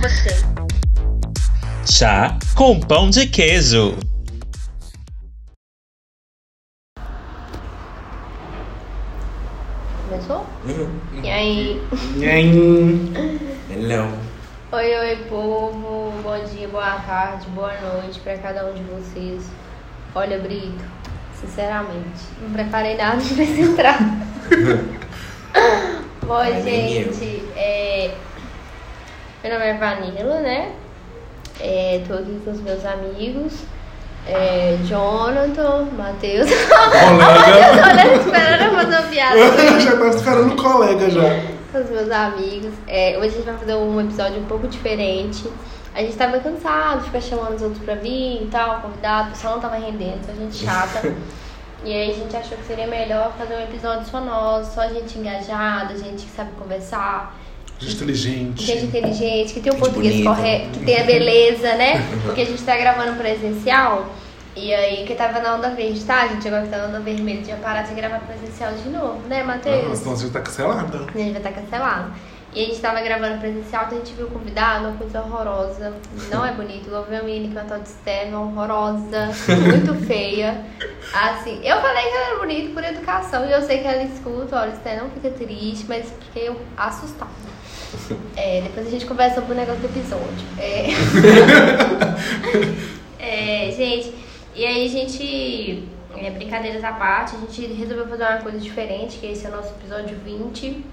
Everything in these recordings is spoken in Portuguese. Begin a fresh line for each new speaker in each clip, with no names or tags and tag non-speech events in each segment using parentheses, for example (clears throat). você.
Chá com pão de queijo.
Começou?
Uhum.
E aí?
Não.
Oi, oi, povo. Bom dia, boa tarde, boa noite pra cada um de vocês. Olha, Brito, sinceramente, não preparei nada (laughs) pra essa entrada. Bom,
Ai, nem eu.
gente, é, meu nome é Vanilla, né? É, tô aqui com os meus amigos. é, Jonathan, Matheus. (laughs)
Colega.
Olha, esperando fazer uma (laughs) piada.
Eu já tava esperando colega já.
com os meus amigos. É, hoje a gente vai fazer um episódio um pouco diferente. A gente tava cansado de ficar chamando os outros pra vir e tal, convidado, o pessoal não tava rendendo, só gente chata.
(laughs)
E aí a gente achou que seria melhor fazer um episódio só nós, só gente engajada, gente que sabe conversar,
Gente inteligente.
gente inteligente, é que tem o
Gente
português
bonita.
correto, que tem a beleza,
(laughs)
né? Porque a gente tá gravando presencial. E aí, que tava na onda verde, tá, gente? Agora que tá na onda vermelha, já parar de gravar presencial de novo, né, Matheus?
Ah, senão a gente tá cancelada.
A gente vai estar cancelado. E a gente tava gravando presencial, então a gente viu convidado, uma coisa horrorosa. Não é bonito. Igual ver uma menina que matou de externo, horrorosa, muito feia. Assim, eu falei que ela era bonita por educação, e eu sei que ela escuta, olha, Sté não fica triste, mas fiquei assustada. É, depois a gente conversa sobre o negócio do episódio. É. É, gente, e aí a gente, é, brincadeiras à parte, a gente resolveu fazer uma coisa diferente, que esse é o nosso episódio 20.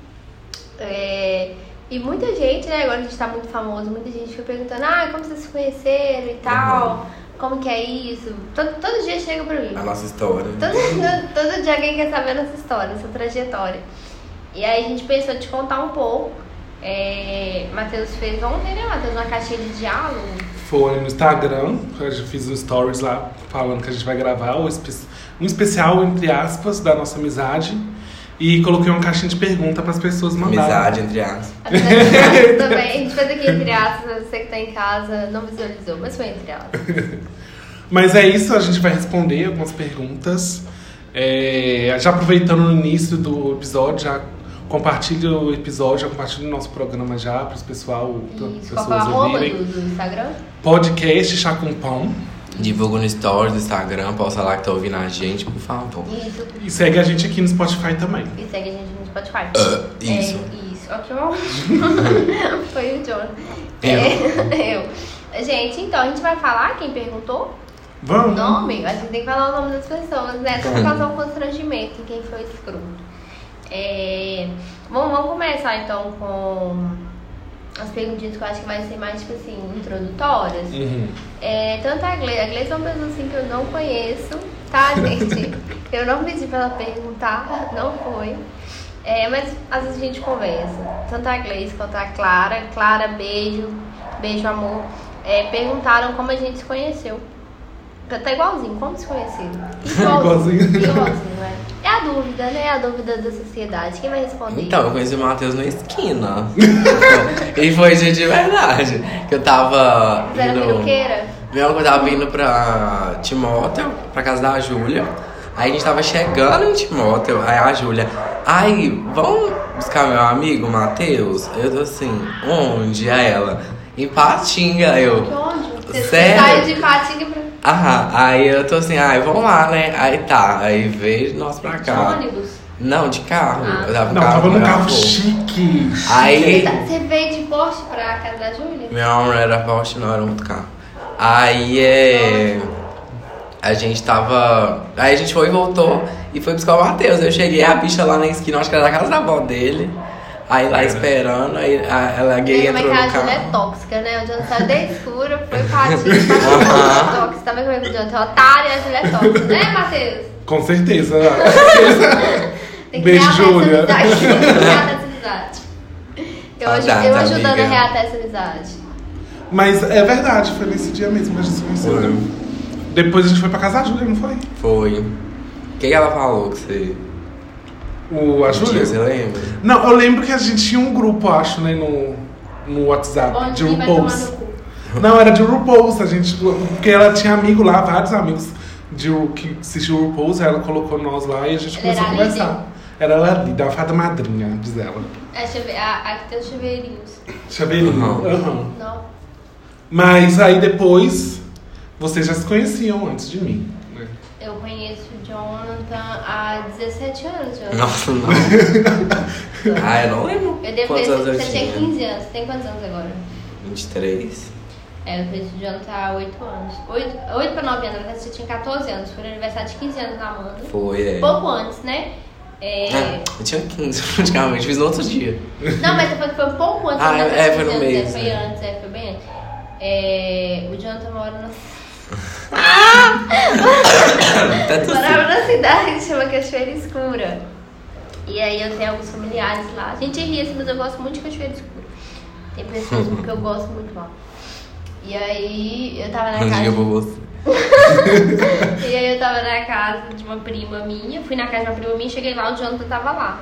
É, e muita gente, né, agora a gente tá muito famoso, muita gente fica perguntando, ah, como vocês se conheceram e tal,
Uhum.
como que é isso? Todo, todo dia chega pra mim.
A nossa história.
Todo, todo (laughs) dia alguém quer saber nossa história, essa trajetória. E aí a gente pensou te contar um pouco. É, Matheus fez ontem, né, Matheus, uma caixinha de diálogo.
(laughs) Foi no Instagram, eu já fiz os stories lá falando que a gente vai gravar o espe- um especial, entre aspas, da nossa amizade. E coloquei uma caixinha de pergunta pras pessoas mandarem.
Amizade, entre aspas.
Apesar de que também, a gente fez aqui entre aspas, você que tá em casa não visualizou, mas foi entre aspas.
Mas é isso, a gente vai responder algumas perguntas. É, já aproveitando no início do episódio, já compartilha o episódio, já compartilha o nosso programa já para o pessoal, para
Isso, qual foi a
pessoas
arroba
ouvirem.
do, do Instagram?
Podcast Chá com Pão.
Divulga no stories do Instagram, posta lá que tá ouvindo a gente, por favor.
Isso.
E segue a gente aqui no Spotify também.
E segue a gente no Spotify.
Ah, isso.
É, isso. Ok,
(laughs)
bom. foi o John.
Eu.
É, (laughs) eu. Gente, então a gente vai falar quem perguntou o
Vamos?
nome. A gente tem que falar o nome das pessoas, né?
Uhum.
Só pra causar um constrangimento em quem foi escroto. É, vamos, vamos começar então com as perguntinhas que eu acho que vai ser mais, tipo assim, introdutórias.
Uhum.
É, tanto a Gleice, a Gleice é uma pessoa assim que eu não conheço, tá, (laughs) gente? Eu não pedi pra ela perguntar, não foi. É, mas às vezes a gente conversa. Tanto a Gleice quanto a Clara. Clara, beijo, beijo, amor. É, perguntaram como a gente se conheceu. Tá- Tá igualzinho, como se (laughs) conheceram?
Igualzinho.
Igualzinho, é. É a dúvida, né? É a dúvida da sociedade. Quem vai responder?
Então, eu conheci o Matheus na esquina. e foi gente de verdade. Que eu tava.
Você era peruqueira?
Primeiro que eu tava vindo pra Timóteo, pra casa da Júlia. Aí a gente tava chegando em Timóteo, aí a Júlia, ai, vamos buscar meu amigo, Matheus? Eu tô assim, onde? Aí ela, em Patinga, eu.
Que ódio. Você
Sério?
saiu de patinga pra
Aham, aí eu tô assim, ai, vamos lá, né? Aí tá, aí veio nós pra cá.
de ônibus.
Não, de carro.
Ah.
Eu tava no
Não,
carro.
tava
meu
num carro né?
avô.
chique.
Aí.
Você veio de Porsche pra casa da Júlia?
Meu amor era Porsche, não era um outro carro. Aí é. A gente tava. Aí a gente foi e voltou e foi buscar o Matheus. Eu cheguei a bicha lá na esquina, acho que era da casa da avó dele. Aí lá esperando, aí a, ela gay
Gente, mas
entrou
que a
no carro.
Júlia é tóxica, né? O Jonathan saiu da escura, foi
(laughs)
tá patinho,
Aham.
patinho, tóxico. Tá vendo como é que o Jonathan é otário e a Júlia é tóxica, né, Matheus?
Com certeza.
Tem que
Beijo,
reatar essa
Júlia.
amizade.
(laughs)
Tem que reatar essa amizade. Eu, aju-
Saudades,
eu ajudando
amiga.
a reatar essa amizade.
(laughs) Mas é verdade, foi nesse dia mesmo que a gente se conheceu.
Foi.
Depois a gente foi pra casa da Júlia, não foi?
Foi. O que, que ela falou que você.
O, a Júlia?
Tinha, Você lembra?
Não, eu lembro que a gente tinha um grupo, eu acho, né, no, no WhatsApp,
Bom
de um
dia, vai tomar
RuPaul's.
no cu.
Não, era de RuPaul's, a gente. Porque ela tinha amigo lá, vários amigos de Ru- que assistiu o RuPaul's, aí ela colocou nós lá e a gente
Ela
começou a
era a líder?
conversar. Era ela ali, da fada madrinha, diz ela.
É, chave... a, aqui tem os chaveirinhos.
Chaveirinho.
Uhum.
Aham.
Não.
Mas aí depois, vocês já se conheciam antes de mim. né?
Eu conheço o Jonathan há 17 anos, Jonathan.
Nossa, não. ah, eu não lembro.
Eu devo
quantos
ter.
anos eu
Você tinha
tinha.
15 anos. Você tem quantos anos agora?
23.
É, eu conheço o Jonathan há 8 anos. 8, 8 pra 9 anos, na verdade, você tinha 14 anos. Foi no aniversário de 15 anos da Amanda.
Foi, é.
Pouco antes, né? É...
É, eu tinha 15 (laughs) praticamente, fiz no outro dia.
Não, mas foi, foi um pouco antes.
Ah,
da
é,
festa
foi no
de
meio,
anos, é, Foi
né?
antes, é, foi bem antes. É, o Jonathan mora na, (laughs)
Até tu
morava na cidade que chama Cachoeira Escura. E aí eu tenho alguns familiares lá. A gente ri assim, mas eu gosto muito de Cachoeira Escura. Tem pessoas que eu gosto muito lá. E aí eu tava na
Não
casa.
diga pra você.
(laughs) E aí eu tava na casa de uma prima minha, fui na casa de uma prima minha, cheguei lá, o Jonathan tava lá.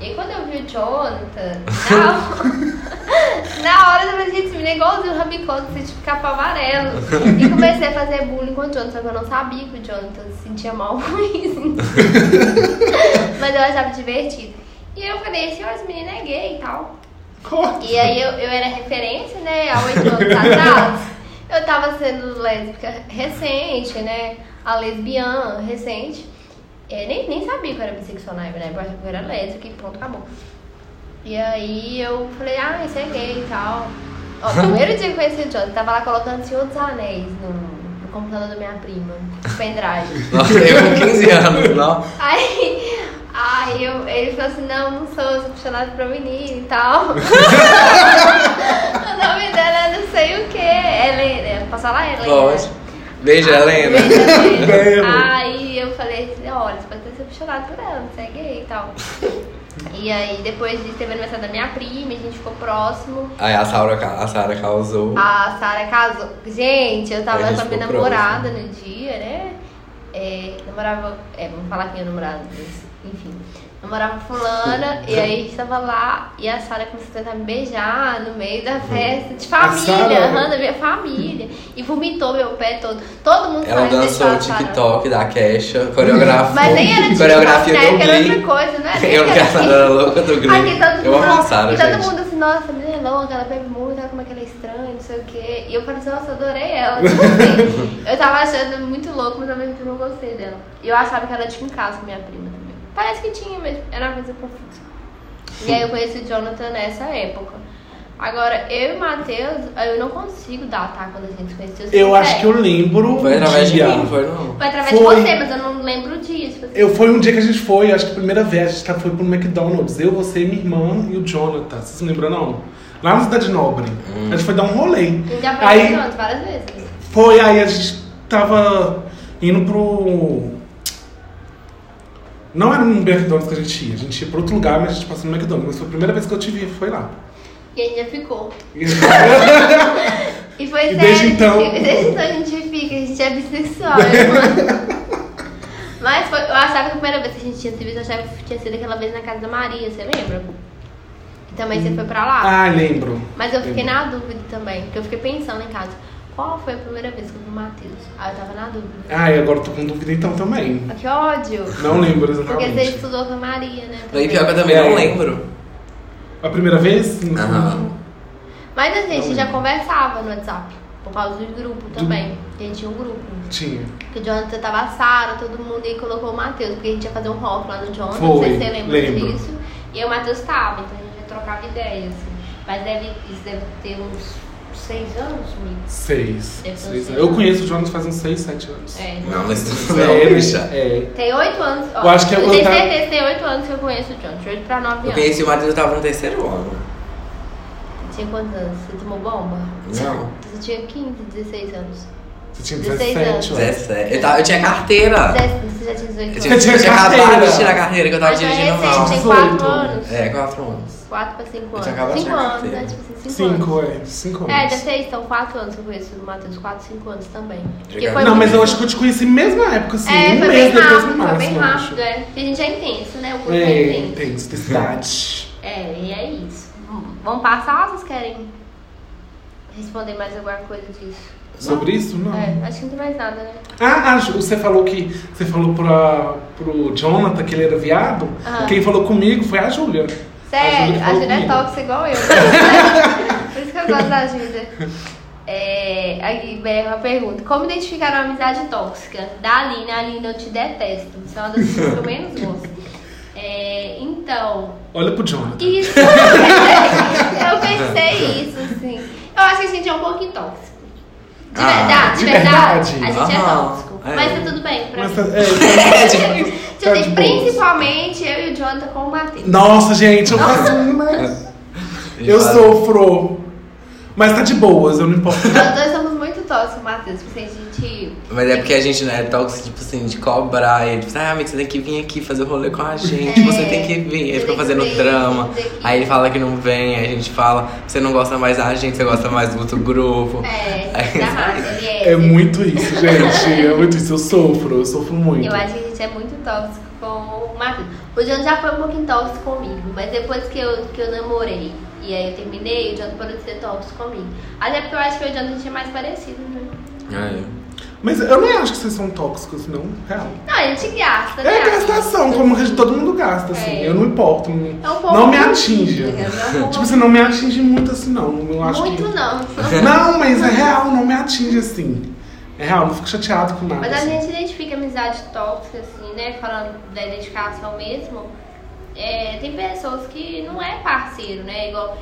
E aí quando eu vi o Jonathan, na hora, (laughs) na hora eu falei, gente, esse menino é igualzinho o Rabicó do sítio Capão Amarelo. E comecei a fazer bullying com o Jonathan, só que eu não sabia que o Jonathan se sentia mal (laughs) com isso. Mas eu achava divertido. E eu falei assim, ó, esse menino é gay e tal. E aí eu, eu era referência, né, há oito anos atrás. Eu tava sendo lésbica recente, né? A lesbiana recente. É, nem, nem sabia que eu era bissexual na época, né? Eu achava que eu era lésbica e pronto, acabou. E aí eu falei, ah, isso é gay e tal. Ó, primeiro dia que eu conheci o John, tava lá colocando Senhor dos Anéis no, no computador da minha prima, no pendrive.
Nossa, eu com 15 anos, não.
Aí, aí eu, ele falou assim, não, não sou, sou apaixonado por um menino e tal. (laughs) o nome dela é não sei o que. Helena, posso falar Helena?
Lógico. Beijo, Helena.
Beijo,
Beijo.
Helena. aí eu falei assim, olha, você pode ter se apaixonado por ela, você é gay e tal. E aí depois disso teve aniversário da minha prima, a gente ficou próximo.
Aí a Sara, ca- a Sara causou.
A Sara casou. Gente, eu
Aí a
tava
gente
com a minha
ficou
namorada no dia, né? É, namorava. É, vamos falar quem é namorado, enfim. Namorava com fulana, e aí a gente tava lá, e a Sara começou a tentar me beijar no meio da festa, de família,
Sara-
aham, da minha família. E vomitou meu pé todo. Todo mundo
Ela
saiu pra
dançou
beijar
o
a Sara.
TikTok da Kesha, coreografou.
Mas nem era TikTok,
coreografia
na época
do
era
Glee. (laughs)
outra coisa, não era? assim.
Eu que a Sara era louca do Glee.
Aqui todo mundo,
eu amo a Sara,
e todo
gente.
mundo assim, nossa, a menina é louca, ela bebe muito, olha como é que ela é estranha, não sei o quê. E eu falei assim, nossa, adorei ela. tipo assim. eu tava achando muito louco, mas ao mesmo tempo eu gostei dela. E eu achava que ela tinha um caso com minha prima também. Parece que tinha, mas era uma coisa confusa. E aí eu conheci o Jonathan nessa época. Agora, eu e o Matheus, eu não consigo datar quando a gente se conheceu. se
Eu
quiser.
acho que eu lembro.
Foi
um
através de
dia.
mim, não foi não.
Foi através
Foi.
de você, mas eu não lembro o dia. Tipo assim.
Eu foi um dia que a gente foi, acho que a primeira vez, a gente tá- foi pro McDonald's. Eu, você, minha irmã e o Jonathan. Vocês me lembram não? Lá na Cidade Nobre. A
Hum.
gente foi dar um rolê.
A gente já foi
Aí
junto várias vezes.
foi, aí a gente tava indo pro. Não era no McDonald's que a gente ia, a gente ia pra outro lugar, mas a gente passou no McDonald's. Mas foi a primeira vez que eu te vi, foi lá.
E a gente já ficou.
E a gente-
E foi
E
sério.
desde então?
Desde então a gente fica, a gente é bissexual, né,
(laughs)
mano? Mas foi, eu achava que a primeira vez que a gente tinha se visto, eu achava que tinha sido aquela vez na casa da Maria, você lembra? E também você foi pra lá.
ah, lembro.
Mas eu fiquei na dúvida também, porque eu fiquei pensando em casa, qual foi a primeira vez que eu vi o Matheus? Ah, eu tava na dúvida.
Ah, e agora eu tô com dúvida então também.
Ah, que ódio!
Não lembro
Porque você
exatamente.
estudou com a Maria, né?
Daí pior que eu também
É.
não lembro.
A primeira vez?
Aham.
Mas assim, a gente
Não
já
lembro.
conversava no WhatsApp, por causa do grupo também. A gente tinha um grupo.
Tinha.
Que o Jonathan tava a Sara, todo mundo, e colocou o Matheus, porque a gente ia fazer um rock lá no Jonathan,
Foi,
não sei se você lembra
lembro.
disso. E o Matheus tava, então a gente trocava ideias. Assim. Mas deve, isso deve ter uns seis anos, amigo.
Seis.
Deve ter uns
Seis
seis.
Eu conheço o Jonas faz uns seis, sete anos.
É.
Não, mas não,
É,
bicha.
é.
Tem oito anos, ó,
Eu acho que é tá-
eu
eu
tenho
tava-
certeza que tem oito anos que eu conheço o Jonathan, de oito pra nove
Eu
anos.
conheci o Matheus, eu tava no terceiro ano.
Tinha quantos anos? Você tomou bomba?
Não.
Você tinha 15, 16 anos.
Você tinha
16
17 anos.
17. Eu, tava, eu tinha carteira.
Dez- Você já tinha 18
Eu
anos.
tinha, eu
Você tinha
tinha acabado
carteira.
de tirar a carteira que eu tava
Mas é
dirigindo
recente, tem
mal.
4
18.
anos.
É, quatro anos.
4 pra 5
Eu
anos.
tinha acabado de
5
chegar,
anos, né?
filho.
Tipo assim, 5 anos.
Cinco, é. Cinco anos.
É, deve ser isso, são 4 anos que eu conheço o Matheus, 4, 5 anos também. Porque foi
Não,
muito-
mas eu acho que eu te conheci mesmo na época, assim.
É,
um
foi
mês
bem
depois no
rápido, foi
máximo.
bem
eu acho.
rápido, é. Porque a gente é intenso, né? O grupo é,
É,
intenso.
tem intensidade.
É, e é isso. Vamos passar ou vocês querem responder mais alguma coisa disso?
sobre isso? Não.
É, acho que não tem mais nada, né?
Ah, ah, Ju, você falou que você falou pra, pro Jonathan que ele era viado.
Ah.
Quem falou comigo foi a Júlia.
Sério, a
falou
Júlia é
comigo.
tóxica igual eu. Por isso que eu gosto da Júlia. É, aí, Berro, uma pergunta. Como identificar uma amizade tóxica? Da Aline, Aline, eu te detesto. Você é uma das pessoas que eu menos gosto. É, então,
Olha pro Jonathan.
isso. (laughs) eu pensei isso, assim. Eu acho que a gente é um pouquinho tóxico. De
Ah,
verdade,
de
de verdade,
verdade?
a gente é
Aham,
tóxico.
é.
Mas tá tudo bem pra
Mas,
mim.
é,
(laughs)
tá
Tipo assim,
de boas.
principalmente eu e o Jonathan com o Matheus.
nossa, gente, eu faço demais. Eu sofro. Mas tá de boas, eu não importo.
Nós dois somos muito tóxicos, Matheus. Tipo assim, a gente.
Mas é porque a gente não é tóxico, tipo assim, de cobrar ele. Tipo, ah, amigo, você tem que vir aqui fazer o rolê com a gente,
É.
você tem que
Você
vir. Aí
tem
fica
que
fazendo
vir,
drama.
tem que vir.
Aí ele fala que não vem, aí a gente fala, você não gosta mais da gente, você gosta mais do outro grupo. (laughs)
É, da raça, ele é.
É muito isso, gente. É muito isso. Eu sofro, eu sofro muito.
Eu acho que a gente é muito tóxico com o Matheus. O Jonathan já foi um pouquinho tóxico comigo, mas depois que eu, que eu namorei e aí eu terminei, o Jonathan parou de ser tóxico comigo. Até porque eu acho que eu e o Jonathan tinha mais parecido, né?
É.
Mas eu nem acho que vocês são tóxicos, não. Real.
Não, a gente gasta, né?
É gastação,
amigo?
como que todo mundo gasta, assim.
É.
Eu não importo. não-
É um pouco
não me
muito,
atinge.
né? É um pouco
Tipo, você não me atinge muito assim, não. Eu acho
muito
que...
não.
(laughs) Não, mas é real, não me atinge assim. É real, não fico chateado com nada.
Mas a
assim.
gente identifica amizade tóxica, assim, né? Falando da identificação mesmo. É, tem pessoas que não é parceiro, né? Igual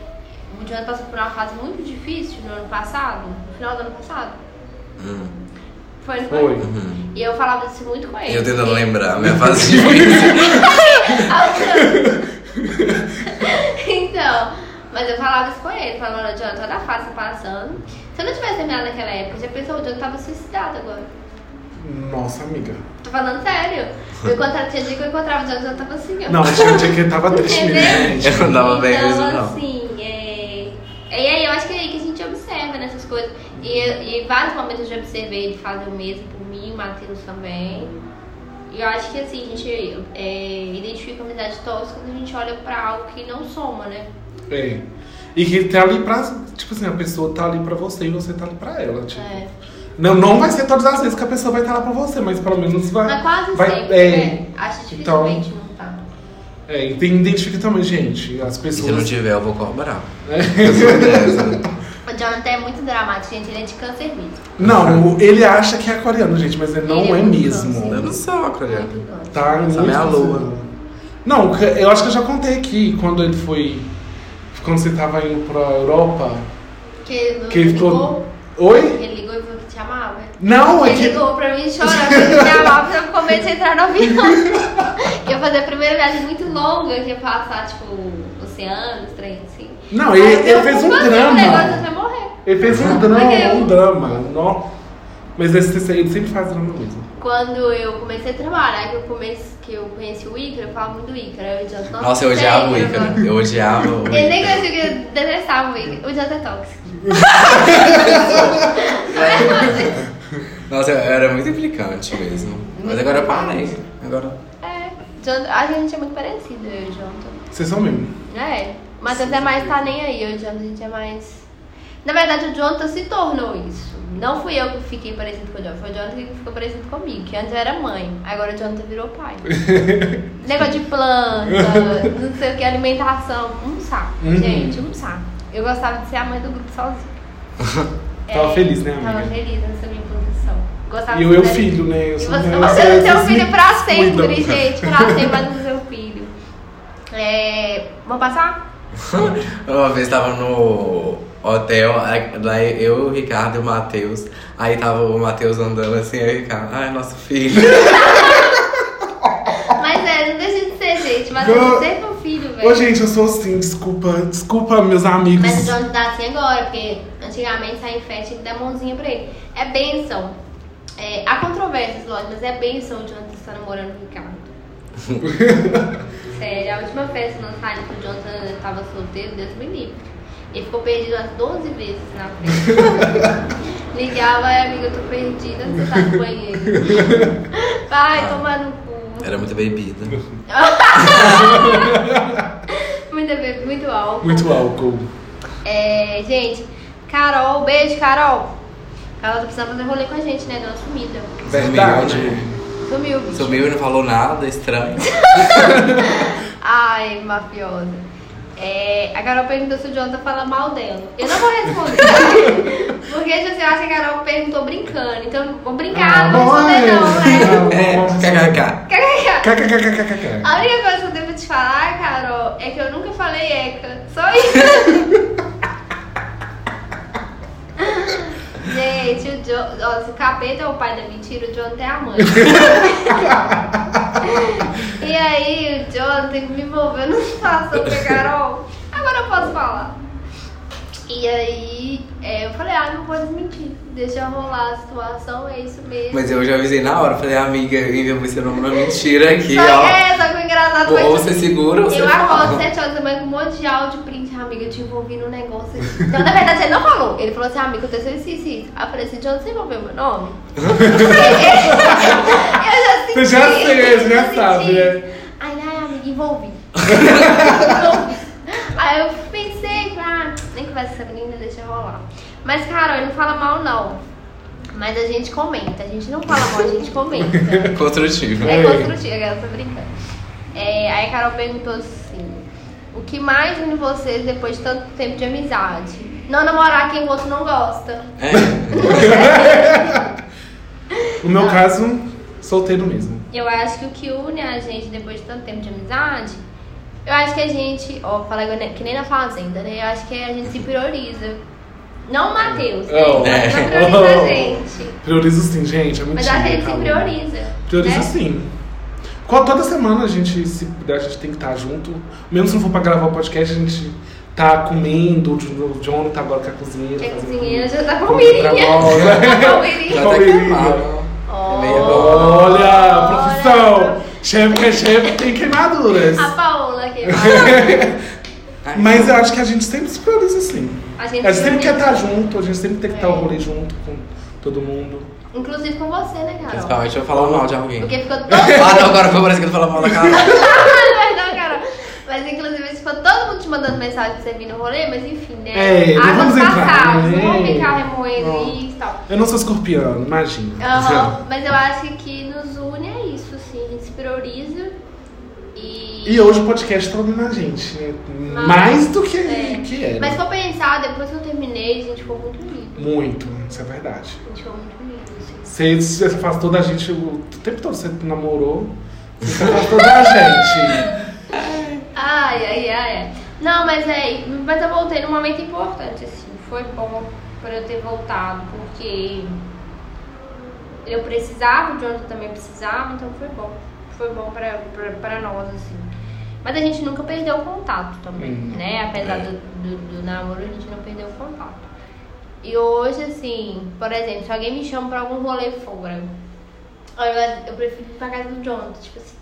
o Jonathan passou por uma fase muito difícil no ano passado, no final do ano passado.
Hum.
Foi, não
Foi.
E eu falava É isso muito com ele.
Eu tentando
porque-
lembrar, minha fase difícil.
Ah, o Jonathan. (laughs) então, mas eu falava isso com ele, falando, olha, Jonathan, olha a fase que tá passando. Se eu não tivesse terminado naquela época, já pensou, o Jonathan tava suicidado agora.
Nossa, amiga.
Tô falando sério. Eu encontrava, tinha dia que eu encontrava o Jonathan, eu tava assim, ó. (laughs)
Não, tinha um dia que eu tava triste
Entendeu?
mesmo, gente.
Eu não dava bem
então,
mesmo, não.
assim, é... E aí eu acho que é aí que a gente observa nessas coisas. E, eu- e em vários momentos eu já observei ele fazer o mesmo por mim, o Matheus também. E eu acho que assim, a gente é, identifica a amizade tóxica quando a gente olha pra algo que não soma, né?
É. E que tá ali pra. Tipo assim, a pessoa tá ali pra você e você tá ali pra ela. Tipo.
É.
Não, não vai ser todas as vezes que a pessoa vai estar lá pra você, mas pelo menos vai.
Mas quase
vai,
sempre,
é,
né? Acho que
Então-
dificilmente não tá.
É, e tem, identifica também, gente. As
Se não
pessoas.
tiver, eu vou cobrar. Eu sou dessa.
O Jonathan é muito dramático, gente. Ele é de câncer mesmo.
Não, o- ele acha que é coreano, gente, mas ele não
Ele é
é
muito
mesmo.
Eu não sou, coreano.
Muito doido.
Tá
Essa
muito
é a lua.
assim. Não, eu acho que eu já contei aqui quando ele foi. Quando você tava indo pra Europa.
Que ele, não
Que ele
ligou,
ficou. Oi?
ele ligou e falou que te amava.
Não, é
Ele
que.
ligou pra mim chorando, ele me amava, eu com medo de entrar no
(laughs)
avião. Que eu fazer a primeira viagem muito longa, que ia passar, tipo, oceanos, trem, assim.
Não,
Aí
ele,
eu
ele fez um
fui fazer
drama.
O negócio até morrer.
Ele fez um drama,
Porque é eu-
um drama. Nó. Mas esse, ele sempre faz drama mesmo.
Quando eu comecei a trabalhar, que eu, comecei, que eu conheci o Ícaro, eu falava muito do Ícaro. aí o Jonathan,
Nossa, eu
você é
odiava o
Ícaro,
Ícaro.
mano.
Eu odiava o
Ele nem
Ícaro.
conhecia que eu detestava o Ícaro. O Jonathan é
(laughs)
tóxico. É,
Nossa, eu era muito implicante mesmo. Mas agora eu parei. Agora. (laughs)
É, Jonathan- a gente é muito parecido, eu e o Jonathan.
Vocês são mesmo.
É, o Matheus é mais tá nem aí, eu e o Jonathan, a gente é mais. Na verdade, o Jonathan se tornou isso. Não fui eu que fiquei parecido com o Jonathan, foi o Jonathan que ficou parecido comigo, que antes eu era mãe, agora o Jonathan virou
(laughs)
pai. Negócio de planta, não sei o que, alimentação, um saco,
Uhum.
gente, um saco. Eu gostava de ser a mãe do grupo sozinha.
Tava feliz, né,
É, Tava
amiga?
feliz nessa minha posição. Gostava
E eu,
de
eu
ser-
filho, né? Eu
e
sou-
você, você
eu sou-
não tem um
vocês
filho
me
pra sempre,
cuidam.
gente. Pra sempre vai ter um seu filho. É, vamos passar?
Uma vez tava no hotel, aí- lá eu, o Ricardo e o Matheus. Aí tava o Matheus andando assim, aí o Ricardo, ai, nosso filho. (laughs)
Mas é, não deixa de ser, gente. Mas
Não.
eu sempre um filho,
Ô,
velho.
gente, eu sou assim, desculpa. Desculpa, meus amigos.
Mas o Jonas tá assim agora, porque antigamente sair em festa tinha que dar mãozinha pra ele. É bênção. É, há controvérsias, lógico, mas é bênção o Jonathan estar namorando com o Ricardo.
(laughs)
Sério, a última festa na sala que o Jonathan tava solteiro, Deus me livre. Ele ficou perdido umas 12 vezes na festa.
(laughs)
Ligava, "Ai, amiga, eu tô perdida, você tá no
(laughs)
banheiro. Vai, tomar no cu.
Era muita bebida.
Muita bebida, muito álcool.
Muito álcool.
É, gente, Carol, beijo, Carol. Ela tá precisando fazer rolê com a gente, né? Deu uma sumida.
Verdade.
Sumiu, né?
Sumiu, bicho.
Sumiu e não falou nada, estranho. (laughs)
Ai, mafiosa. É, a Carol perguntou se o Jonathan fala mal dela. Eu não vou responder. porque assim, eu acho que a Carol perguntou brincando. Então, vou brincar, não vou responder não, né?
(laughs) É, kkk.
KKKKKK.
A única coisa que eu devo te falar, Carol, é que eu nunca falei eca. Só isso. Gente, o John, ó, se o capeta é o pai da mentira, o Jonathan é a mãe. e aí, o Jonathan me envolveu numa situação com a Carol. Agora eu posso falar. E aí, é, eu falei, ah, não vou desmentir. Deixa rolar a situação, é isso mesmo.
Mas eu já avisei na hora, falei, amiga, você não é uma mentira aqui,
só,
ó.
é, só que o engraçado foi
Ou
tipo,
você segura ou você
eu acordo
fala.
7 horas da manhã com um monte de áudio print, amiga, eu te envolvi num negócio. aqui." Então, na verdade, ele não falou. Ele falou assim, amiga, aconteceu isso, isso, isso. Aí eu falei assim, John, você envolveu meu
(laughs)
nome? eu já senti.
Você já sei, você já
eu
sabe,
senti.
né?
Aí, ai, amiga,
(laughs)
envolvi. Envolvi. Aí eu pensei, ah, nem conversa com essa menina, deixa rolar. Mas, Carol, ele não fala mal, não. Mas a gente comenta. A gente não fala mal, a gente comenta.
Construtivo.
É construtiva, galera, tô brincando. É, aí a Carol perguntou assim: O que mais une vocês depois de tanto tempo de amizade? Não namorar quem o outro não gosta. (laughs)
É.
No meu caso, solteiro mesmo.
Eu acho que o que une a gente depois de tanto tempo de amizade, eu acho que a gente, ó, fala que nem- que nem na fazenda, né? Eu acho que a gente se prioriza. Não o Matheus, né?
Oh.
Mas não
É.
prioriza
Oh.
a gente.
Priorizo sim, gente. É mentira.
Mas eu acho que a gente se
calma.
prioriza.
Prioriza
né?
sim. Qual- Toda semana a gente, se puder, a gente tem que estar junto. Mesmo se não for pra gravar o podcast, a gente tá comendo. O Jo- o John tá agora com a cozinheira.
Porque a
fazendo
cozinheira já tá com (laughs)
comida pra
mirinha.
nós, né?
Tá com mirinha.
Já
Qual
tá
iria?
queimado. É meio
Olha,
Olha.
profissão! Chefe que é chefe tem queimaduras.
A Paola que vai.
Mas eu acho que a gente sempre se prioriza sim.
A
A
gente,
gente sempre
sempre
quer estar junto, a gente sempre tem que estar
É.
o rolê junto com todo mundo.
Inclusive com você, né, Carol?
Principalmente eu falar mal de alguém.
Porque ficou todo
Ah, não, agora foi parece que eu falar mal da
(laughs)
cara.
não, Carol. Mas inclusive ficou todo mundo te mandando mensagem pra você vir no rolê, mas enfim, né?
É, não
Águas
vamos entrar,
passadas,
né?
não vamos ficar remoendo
Não.
isso e tal.
Eu não sou escorpião, imagina.
Aham, mas eu acho que nos une é isso, assim, a gente se prioriza e.
E hoje o podcast tá ouvindo a gente, né?
Mas-
Mais do que,
é.
que era.
Mas se for pensar, depois que eu terminei, a gente ficou muito unido.
Muito, isso é verdade.
A gente ficou muito unido, assim.
Você, você afastou da gente o tempo todo, você namorou, você se afastou da gente.
Ai, ai, ai. Não, mas é, mas eu voltei num momento importante, assim. Foi bom por eu ter voltado, porque eu precisava, o Jonathan também precisava, então foi bom. Foi bom pra, pra, pra nós, assim. Mas a gente nunca perdeu o contato também,
Hum.
né? Apesar do, do, do namoro, a gente não perdeu o contato. E hoje, assim, por exemplo, se alguém me chama pra algum rolê fora, eu, eu prefiro ir pra casa do Jonathan, tipo assim.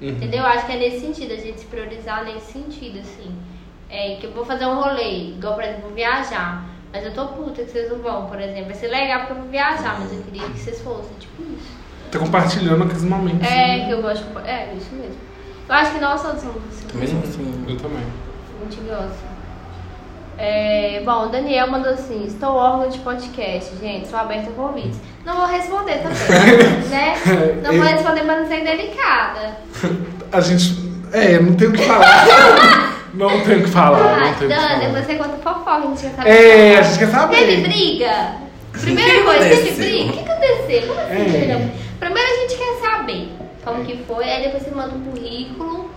Entendeu? Eu Acho que é nesse sentido, a gente se priorizar nesse sentido, assim. É, que eu vou fazer um rolê, igual, por exemplo, vou viajar. Mas eu tô puta que vocês não vão, por exemplo. Vai ser legal porque eu vou viajar, mas eu queria que vocês fossem, tipo isso.
Tá compartilhando aqueles momentos.
É,
né?
que eu gosto. É, isso mesmo. Eu acho que nós todos somos assim.
Mesmo assim.
Eu também.
Muito gosta. É, bom, o Daniel mandou assim: estou órgão de podcast, gente, sou aberta a convites. Não vou responder também, né? Não vou responder pra não ser delicada.
A gente. É, não tem o
(laughs)
que falar. não tem o que falar.
Ah,
Não tem o que
Dan,
falar.
depois você conta fofoca, a gente quer saber.
É, a gente quer
Teve
saber.
briga?
O
Primeira
que
coisa, teve
aconteceu?
briga? O que aconteceu? Como assim,
É.
entendeu? Primeiro a gente quer saber como que foi, aí depois você manda um currículo,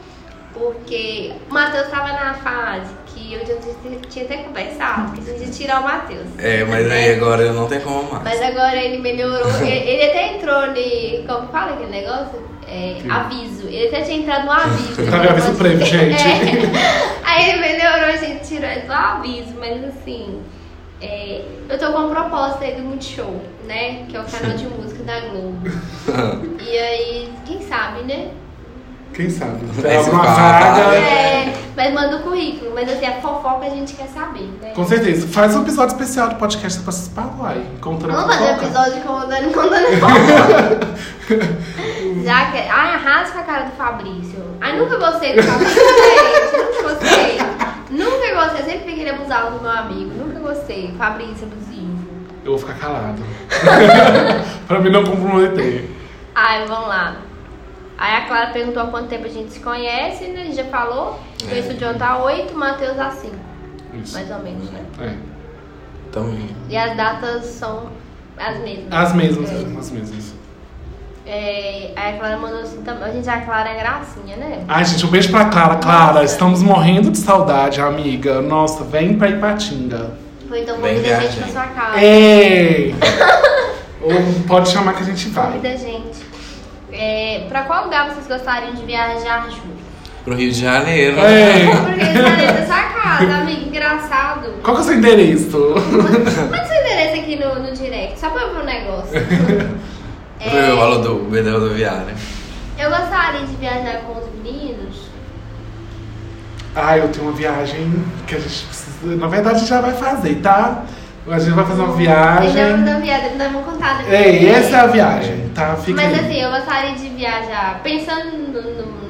porque o Matheus tava na fase que eu já tinha- tinha até conversado, que a gente ia tirar o Matheus.
É, mas aí agora eu não tenho como mais.
Mas agora ele
(laughs)
melhorou. ele, ele até entrou de. Como fala aquele negócio? É,
Sim.
aviso. Ele até tinha entrado no aviso.
Tá me aviso
(laughs)
prévio, gente.
É. Aí ele melhorou, a gente tirou ele do aviso, mas assim. é, eu tô com uma proposta aí do Multishow, né? Que é o canal de música da Globo.
(laughs)
e aí, quem sabe, né?
Quem sabe?
Aí
Tem
você
alguma
fala,
vaga.
É, mas manda o currículo, mas assim, a fofoca a gente quer saber, né?
Com certeza. Faz um episódio especial do podcast pra vocês vai. Contando
Vamos fazer
fofoca.
episódio com o Dani
(laughs)
contando fofoca. Já que. Ai, arrasa com a cara do Fabrício. Ai, nunca gostei do Fabrício, gente. Nunca gostei. Nunca gostei. Sempre fiquei abusado do meu amigo. Nunca gostei. Fabrício é abusivo.
Eu vou ficar calado. (laughs) pra mim não comprometer.
Ai, vamos lá. Aí a Clara perguntou há quanto tempo a gente se conhece, né? A gente já falou.
É.
Então o John tá 8, o Matheus a 5,
Isso.
mais ou menos, né?
É.
Também.
E as datas são as mesmas.
As mesmas,
É.
as mesmas.
É, aí a Clara mandou assim também. A gente, a Clara é gracinha, né?
Ai, gente, um beijo pra Clara. Clara,
Nossa.
estamos morrendo de saudade, amiga. Nossa, vem pra Ipatinga.
Foi então
Bem
convida a gente pra
viagem.
sua casa.
É. Ei! Ou pode chamar que a gente vai.
Convida a gente. É, pra qual lugar vocês gostariam de viajar juntos?
Pro Rio de Janeiro.
Ei!
Porque ele tá dentro da sua casa, amigo, engraçado.
Qual que é o seu endereço?
Manda seu endereço aqui no, no direct, só pra eu ver um
(laughs)
negócio. É,
Pro Iolo do Uber da rodoviária.
eu gostaria de viajar com os meninos.
Ah, eu tenho uma viagem que a gente precisa. Na verdade, a gente já vai fazer, tá? A gente vai fazer
Hum,
uma
Eles
viagem.
não viagem, não vão contar. né?
Ei, essa é a viagem, tá? Fica
Mas
aí.
assim, eu gostaria de viajar, pensando no, no-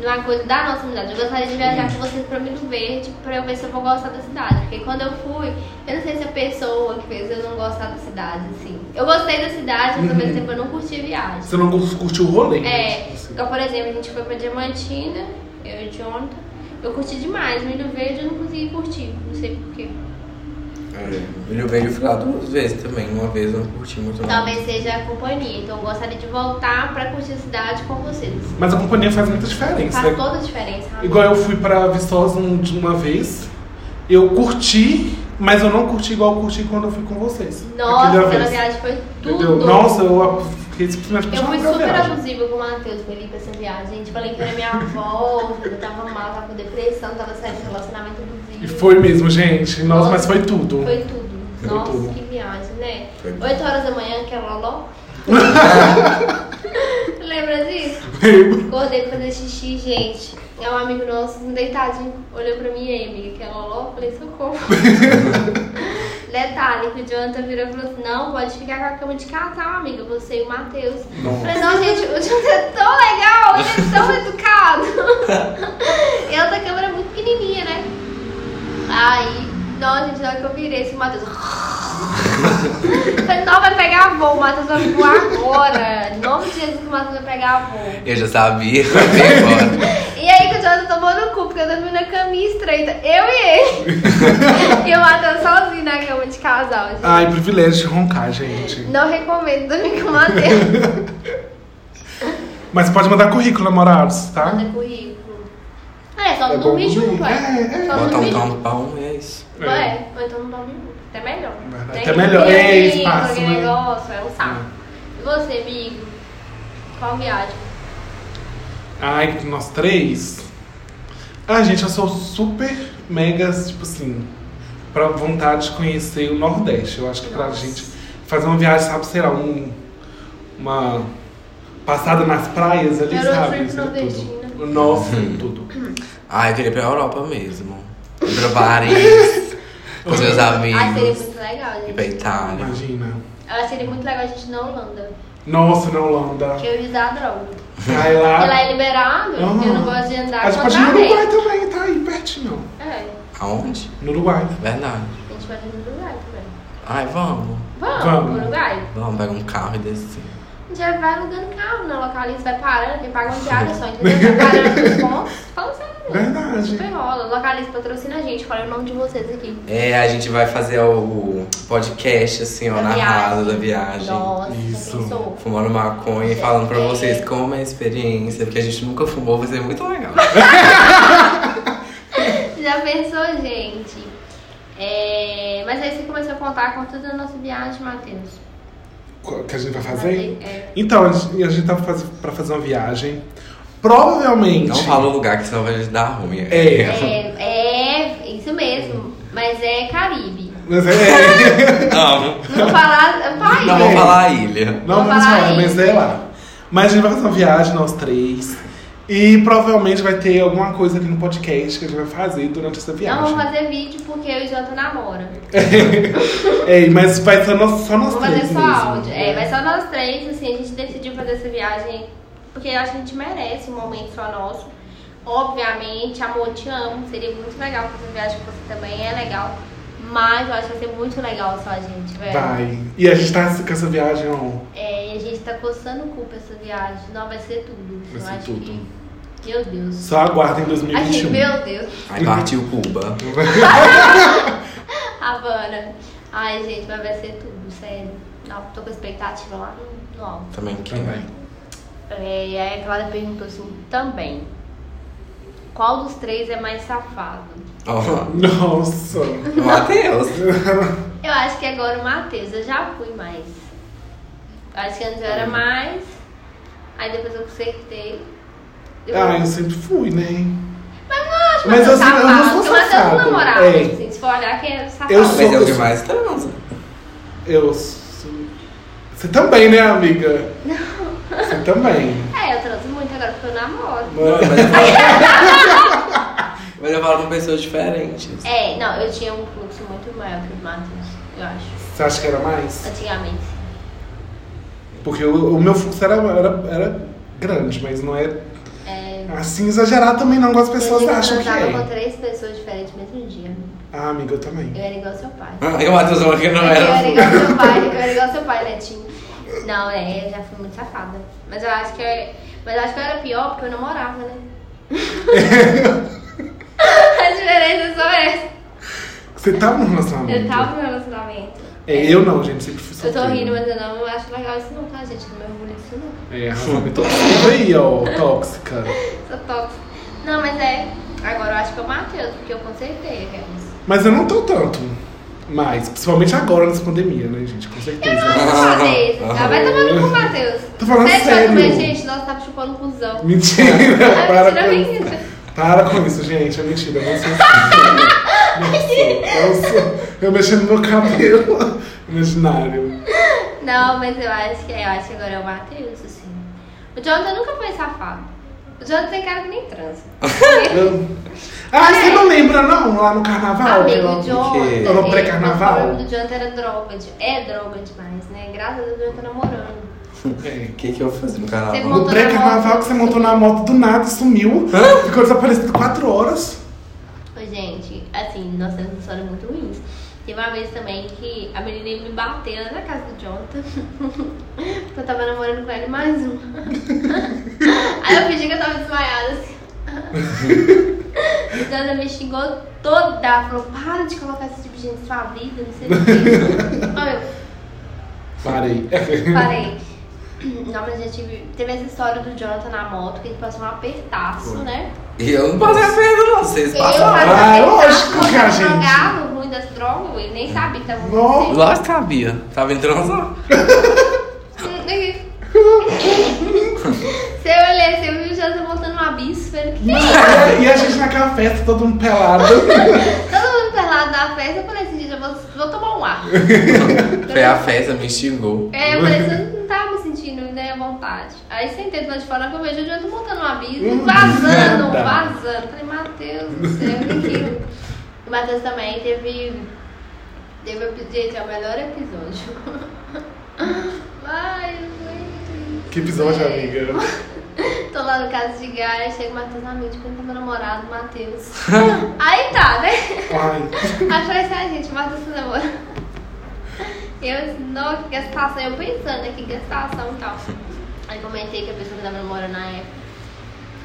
numa coisa da nossa cidade, eu gostaria de viajar
Hum.
com vocês pra Milho Verde pra eu ver se eu vou gostar da cidade. Porque quando eu fui, eu não sei se a pessoa que fez eu não gostar da cidade, assim. Eu gostei da cidade, mas ao
Uhum.
mesmo tempo eu não curti a viagem.
Você não curtiu o rolê?
É,
Assim.
então, por exemplo, a gente foi pra Diamantina, eu e o Jonathan. Eu curti demais, milho verde eu não consegui curtir, não sei porquê.
É. Milho Verde eu fui lá duas vezes também. Uma vez eu não curti muito não.
Talvez seja a companhia, então eu gostaria de voltar pra curtir a cidade com vocês.
Mas a companhia faz muita diferença.
Faz
né?
toda a diferença. amor.
Igual eu fui pra Viçosa um- de uma vez, eu curti, mas eu não curti igual eu curti quando eu fui com vocês.
Nossa,
Aquela
aquela
vez.
viagem foi
Entendeu?
tudo.
Nossa, eu a- fiquei simplesmente
Eu fui
apaixonado pela
super
viagem.
abusiva com o Matheus pra ele ir pra essa viagem. Gente, falei que era minha avó, eu tava mal, tava com depressão, tava saindo de relacionamento abusivo.
E foi mesmo, gente. Nossa,
Nossa.
mas foi tudo.
Foi tudo.
Foi
Nossa,
tudo.
que viagem, né?
Foi.
8 horas da manhã, aquela loló.
(laughs)
Lembra disso? Acordei pra fazer xixi, gente. É um amigo nosso, um deitadinho, olhou pra mim e aí, amiga, que é loló? Eu Falei, socorro. Detalhe, que o Jonathan virou e falou assim, não, pode ficar com a cama de casal, amiga, você e o Matheus. Eu
Nossa.
Falei, não, gente, o Jonathan é tão legal, ele é tão educado. (laughs) e ela tá câmera muito pequenininha, né? Aí, nossa, gente, na hora que eu virei, esse Matheus... (laughs) Falei, não, vai pegar voo, o Matheus vai voar agora. Em nome de Jesus, o Matheus vai pegar voo.
Eu já sabia. (laughs) Vem embora.
E aí que o Jonathan tomou no cu, porque eu dormi na caminha estreita. Eu e
(laughs)
ele. e o Matheus sozinho na cama de casal, gente.
(laughs) Ai, privilégio de roncar, gente.
Não recomendo dormir com o Matheus.
Mas pode mandar currículo, namorados, (laughs) tá?
Manda currículo. É, só não
É bom
dormir
dormir.
junto,
É,
é.
é.
Só não
Botar um
dormir
tal
junto.
no pau é isso.
É, ou então não dormir junto. Até melhor.
É Verdade.
Tem
Até
que
melhor.
dormir,
É, espaço,
aquele
né?
negócio, é um saco. E você, amigo? Qual viagem?
Ai, nós três. Ah, gente, eu sou super mega, tipo assim, pra vontade de conhecer o Nordeste. Eu acho que pra
Nossa.
gente fazer uma viagem, sabe, sei lá, um, uma passada nas praias ali,
Eurotrip
sabe? Isso é
nordestina.
tudo. Nossa, tudo.
Ah, eu queria ir pra Europa mesmo. Ir pra Paris. com os meus
Ah, seria
amigos.
muito legal,
Ir pra
gente.
Itália.
Imagina.
Eu acho que seria muito legal a gente ir na Holanda.
Nossa, na Holanda.
Que eu ia usar droga.
Vai
E lá
lá.
é liberado,
Tá. Aham.
eu não gosto de andar
A gente
com
pode ir no
parede.
Uruguai também, tá aí pertinho.
É,
Aonde?
No Uruguai.
Verdade.
a gente pode ir no Uruguai também.
Ai, vamos.
Vamos,
Vamos.
pro Uruguai.
Vamos pegar um carro e descer.
A gente já vai alugando carro na localiza, vai parando, quem paga um diário só, entendeu? Vai parando nos pontos. Fala
(laughs)
sério. né?
Verdade.
Super rola. Localiza, patrocina a gente, fala o nome de vocês aqui.
É, a gente vai fazer o podcast, assim, ó,
Da viagem.
narrado da viagem.
Nossa,
Isso.
já pensou? (laughs)
Fumando maconha e falando pra
É.
vocês como é a experiência, porque a gente nunca fumou, vai ser muito legal.
Já pensou, gente? É, Mas aí você começou a contar com toda a nossa viagem, Matheus. Uhum.
Qual Que a gente vai fazer?
É.
Então, a gente, a gente tá faz, pra fazer uma viagem. Provavelmente.
Não fala o lugar que senão vai dar ruim.
É.
É, é isso mesmo. Mas é Caribe.
Mas é,
(laughs)
Não,
Não falar. é Pai,
não vou falar a ilha.
não
Vou
vamos
falar
falar, mas
isso.
é lá. Mas a gente vai fazer uma viagem, nós três. E provavelmente vai ter alguma coisa aqui no podcast que a gente vai fazer durante essa
Não
viagem.
vamos fazer vídeo porque eu e o Jota namora.
É, mas vai ser nós- só nós
Vamos
três.
fazer
né?
só
mesmo.
áudio. É, vai só nós três, assim, a gente decidiu fazer essa viagem porque eu acho que a gente merece um momento só nosso. Obviamente, amor, te amo. Seria muito legal fazer viagem com você também, é legal. Mas eu acho que vai ser muito legal só a gente, velho.
Vai. E a gente tá com essa viagem, ó.
É, e a gente tá coçando o cu pra essa viagem. Não, vai ser tudo.
Vai
eu
ser
acho
tudo.
que. Meu Deus.
Só aguardem
A gente,
2021.
meu Deus.
Aí partiu Cuba.
Havana. Ai, gente, mas vai ser tudo, sério. Não, tô com expectativa lá no- no alto.
Também que
Também.
É, e aí a Clara perguntou assim, também. Qual dos três é mais safado?
Ó,
Nossa.
o Matheus.
Eu acho que agora o Matheus, eu já fui mais. Eu acho que antes eu
É.
era mais, aí depois eu consertei. Eu-
Ah, eu sempre fui, né?
Mas não acho
Mas
mais
assim, eu
safado,
não sou
porque o Matheus
safado,
não namorava,
é.
assim, se for olhar que é safado.
Eu
Mas é o que
Sou-
mais transa.
Eu. sou- Você também, né, amiga? Não. Você também.
É, eu transo muito agora porque eu namoro.
Não,
Mas-
Mas eu falo- mas eu falo com pessoas diferentes.
É, não, eu tinha um fluxo muito maior que o Matheus, eu acho.
Você acha que era mais?
Antigamente.
Porque o, o meu fluxo era, era, era grande, mas não é
É,
assim exagerar também, não. As pessoas
eu
acham que
transava com
é.
três pessoas diferentes no mesmo dia.
Ah, amiga, eu também.
Eu era igual seu pai.
Aí Ah, o Matheus falou que não
eu era
era.
igual seu pai, eu era igual seu pai, Netinho. Não, é, eu já fui muito safada. Mas eu acho que eu, mas eu acho que eu era pior porque eu namorava, né?
(laughs)
A diferença é só essa.
Você tava no relacionamento?
Eu tava no relacionamento.
É, eu não, gente, sempre fui
Eu tô
solteiro.
rindo, mas eu não acho legal isso não, tá, gente? Não me orgulho disso não.
É, relacionamento tóxico aí, ó, tóxica.
Sou tóxica. Não, mas é. Agora eu acho que é o Matheus, porque eu consertei, Remos.
Mas eu não tô tanto. Mas, principalmente agora nessa pandemia, né, gente? Com certeza.
Eu
(laughs)
não vou fazer isso. cara. Vai tomar no cu, Matheus.
Tô falando
Sete,
sério.
oito meses, gente, nós tava chupando o cuzão.
Mentira, (laughs)
Ah,
para
mentira
com isso.
minha.
Para com isso, gente. É mentira. Eu não sou assim. Não sou, não sou. Eu mexendo no meu cabelo imaginário.
Não, mas eu acho que eu acho que agora é o Matheus, assim. O Jonathan nunca foi safado. O Jonathan tem cara que nem transa.
Eu- Ah, você não lembra, não? Lá no carnaval?
Amigo,
meu?
o Jonathan.
quê?
ele- é um
Ou no
O
pré-carnaval?
problema do Jonathan era droga. de- É droga demais, né? Graças a Deus o Jonathan tá namorando.
É.
O que, que eu vou fazer no canal?
Você
No
montou na
pré-carnaval
moto.
que você montou na moto do nada e sumiu. Ficou desaparecido quatro horas.
Ô, Gente, assim, nós temos uma história muito ruim. Teve uma vez também que a menina me bateu na casa do Jonathan. (laughs) porque eu tava namorando com ele mais uma. (laughs) Aí eu fingi que eu tava desmaiada assim. (laughs) o Jonathan me xingou toda. Falou, para de colocar esse tipo de gente na sua vida, não sei o quê. Aí eu
Parei.
parei. (clears throat) Não, mas a gente teve- teve essa história do Jonathan na moto, que ele passou um apertaço, né?
E eu não passei a perna, não.
tá
Vocês passaram.
Ah,
eu
lógico que a gente-
drogado, ruim das drogas, ele nem tá sabia que tava
Nossa.
acontecendo.
Lógico que sabia. Tava em transar.
(laughs) Você olha, você viu assim, o Jonathan voltando no abismo, ele, que que é isso?
(laughs) E a gente naquela festa, todo mundo pelado.
Todo mundo pelado na festa, eu falei assim, gente, eu vou, vou tomar um ar.
Foi a festa, me xingou.
É, eu falei assim, eu não tava me sentindo nem à vontade. Aí sentei do lado de fora, que eu vejo o Jonathan voltando no abismo,
Hum,
um vazando,
nada.
vazando. Eu Falei, Matheus, do céu, o que é aquilo? O Matheus também teve... Teve, epi- gente, é o melhor episódio. (laughs) Ai, gente.
Que episódio,
É. (laughs)
amiga.
Tô lá no caso de Gaia, chega o Matheus na mente, pergunta pro meu namorado, Matheus. (laughs) Aí tá, né?
Ai.
Aí falei assim, ai gente, Matheus se namora. Eu disse, não, que gastação, eu pensando, né, que gastação e tal. Aí comentei que a pessoa que tava namorando na época.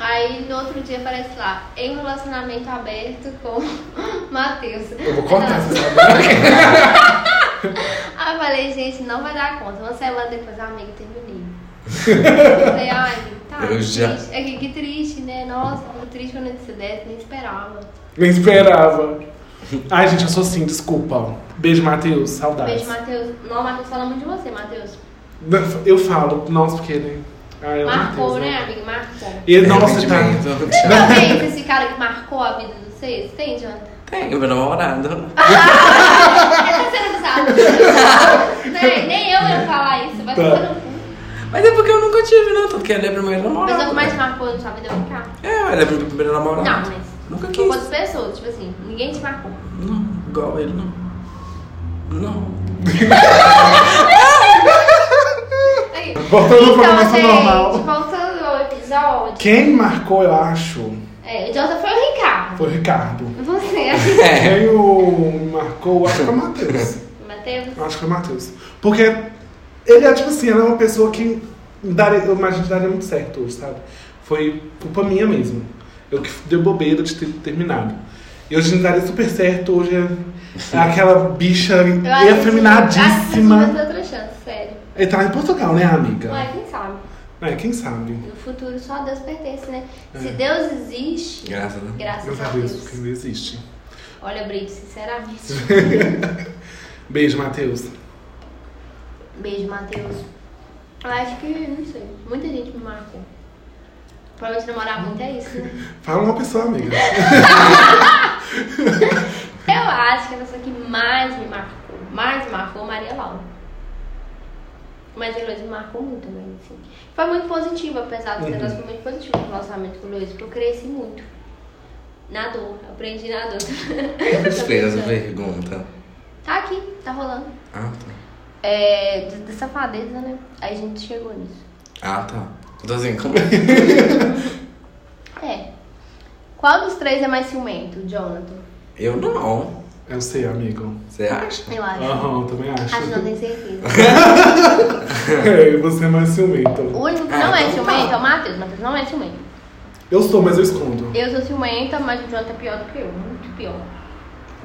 Aí no outro dia aparece lá, em relacionamento aberto com (laughs) Matheus.
Eu vou contar essa história.
Aí eu falei, gente, não vai dar conta. Uma semana depois, a amiga terminei.
(laughs)
Eu falei, ai, tá.
Eu já-
triste. É que, que triste, né? Nossa, tô triste quando eu disse dessa, nem esperava.
Nem esperava. Ai, gente, eu sou assim, desculpa. Beijo, Matheus. Saudades.
Beijo, Matheus. Não, Matheus, falamos de você, Matheus.
Eu falo, nossa, porque, né? Ai, é o
Marcou,
Matheus,
né, amiga? Marcou.
E, nossa, tá.
Arrependimento.
Você também, esse cara que marcou a vida de vocês? Tem, Jonathan?
Tem, meu namorado.
Essa você não sabe. você não sabe. tá Nem, nem eu ia falar isso, vai
Tá.
tomar no cu.
Mas é porque eu nunca tive, né? Tanto que ele é meu primeiro
A pessoa
namorado.
que mais marcou na sua vida é o cara.
É, mas ele é meu primeiro namorado.
Não, né? mas.
Nunca
Com
quis.
quantas pessoas? Tipo assim, ninguém te marcou.
Não, igual ele, não.
(laughs)
Não.
Aqui.
Voltando pro programação
É Então, gente,
normal.
Voltando ao episódio.
Quem marcou, eu acho.
É, o Jonathan foi o Ricardo. Ricardo.
Foi o Ricardo.
Você. (laughs)
É.
Quem o marcou, acho que foi o Matheus.
Matheus.
Acho que foi o Matheus. Porque ele é tipo assim, ele é uma pessoa que daria, eu imagino que daria muito certo hoje, sabe? Foi culpa minha mesmo. Eu que dei bobeira de ter terminado. E hoje não daria super certo, hoje é aquela bicha
Eu acho que- Acho que
efeminadíssima.
você outra chance, sério.
Ele tá lá em Portugal, né, amiga?
Ué, quem sabe?
É, quem sabe?
No futuro só a Deus pertence, né? Se Deus existe,
Graças a Deus.
graças
Graças
a
Deus, que
Deus.
não existe.
Olha, Brito, sinceramente.
Beijo, Matheus.
Beijo, Matheus. Eu acho que, não sei, muita gente me marcou. Provavelmente namorar muito é isso, né?
Fala uma pessoa, amiga.
Eu acho que é a pessoa que mais me marcou, mais me marcou, Maria Laura. Mas a Luiz me marcou muito também, assim. Foi muito positivo, apesar dos
Uhum.
negócios, foi muito positivo o relacionamento com o Luiz, porque eu cresci muito. Na dor, eu aprendi na dor.
Ele
(laughs)
fez essa pergunta.
Tá aqui, tá rolando.
Ah, tá.
É, de, de safadeza, né? Aí a gente chegou nisso.
Ah, tá. Eu tô assim, como...
É. Qual dos três é mais ciumento, Jonathan?
Eu não.
Eu sei, É amigo.
Você acha?
Eu acho.
Aham, também acho. (laughs)
Acho que não tenho certeza.
É, você é mais ciumento.
O único que
Ah,
não é
então
ciumento
tá.
é o Matheus. O Matheus não é ciumento.
Eu sou, mas eu escondo.
Eu sou ciumenta, mas o Jonathan é pior do que eu. Muito pior.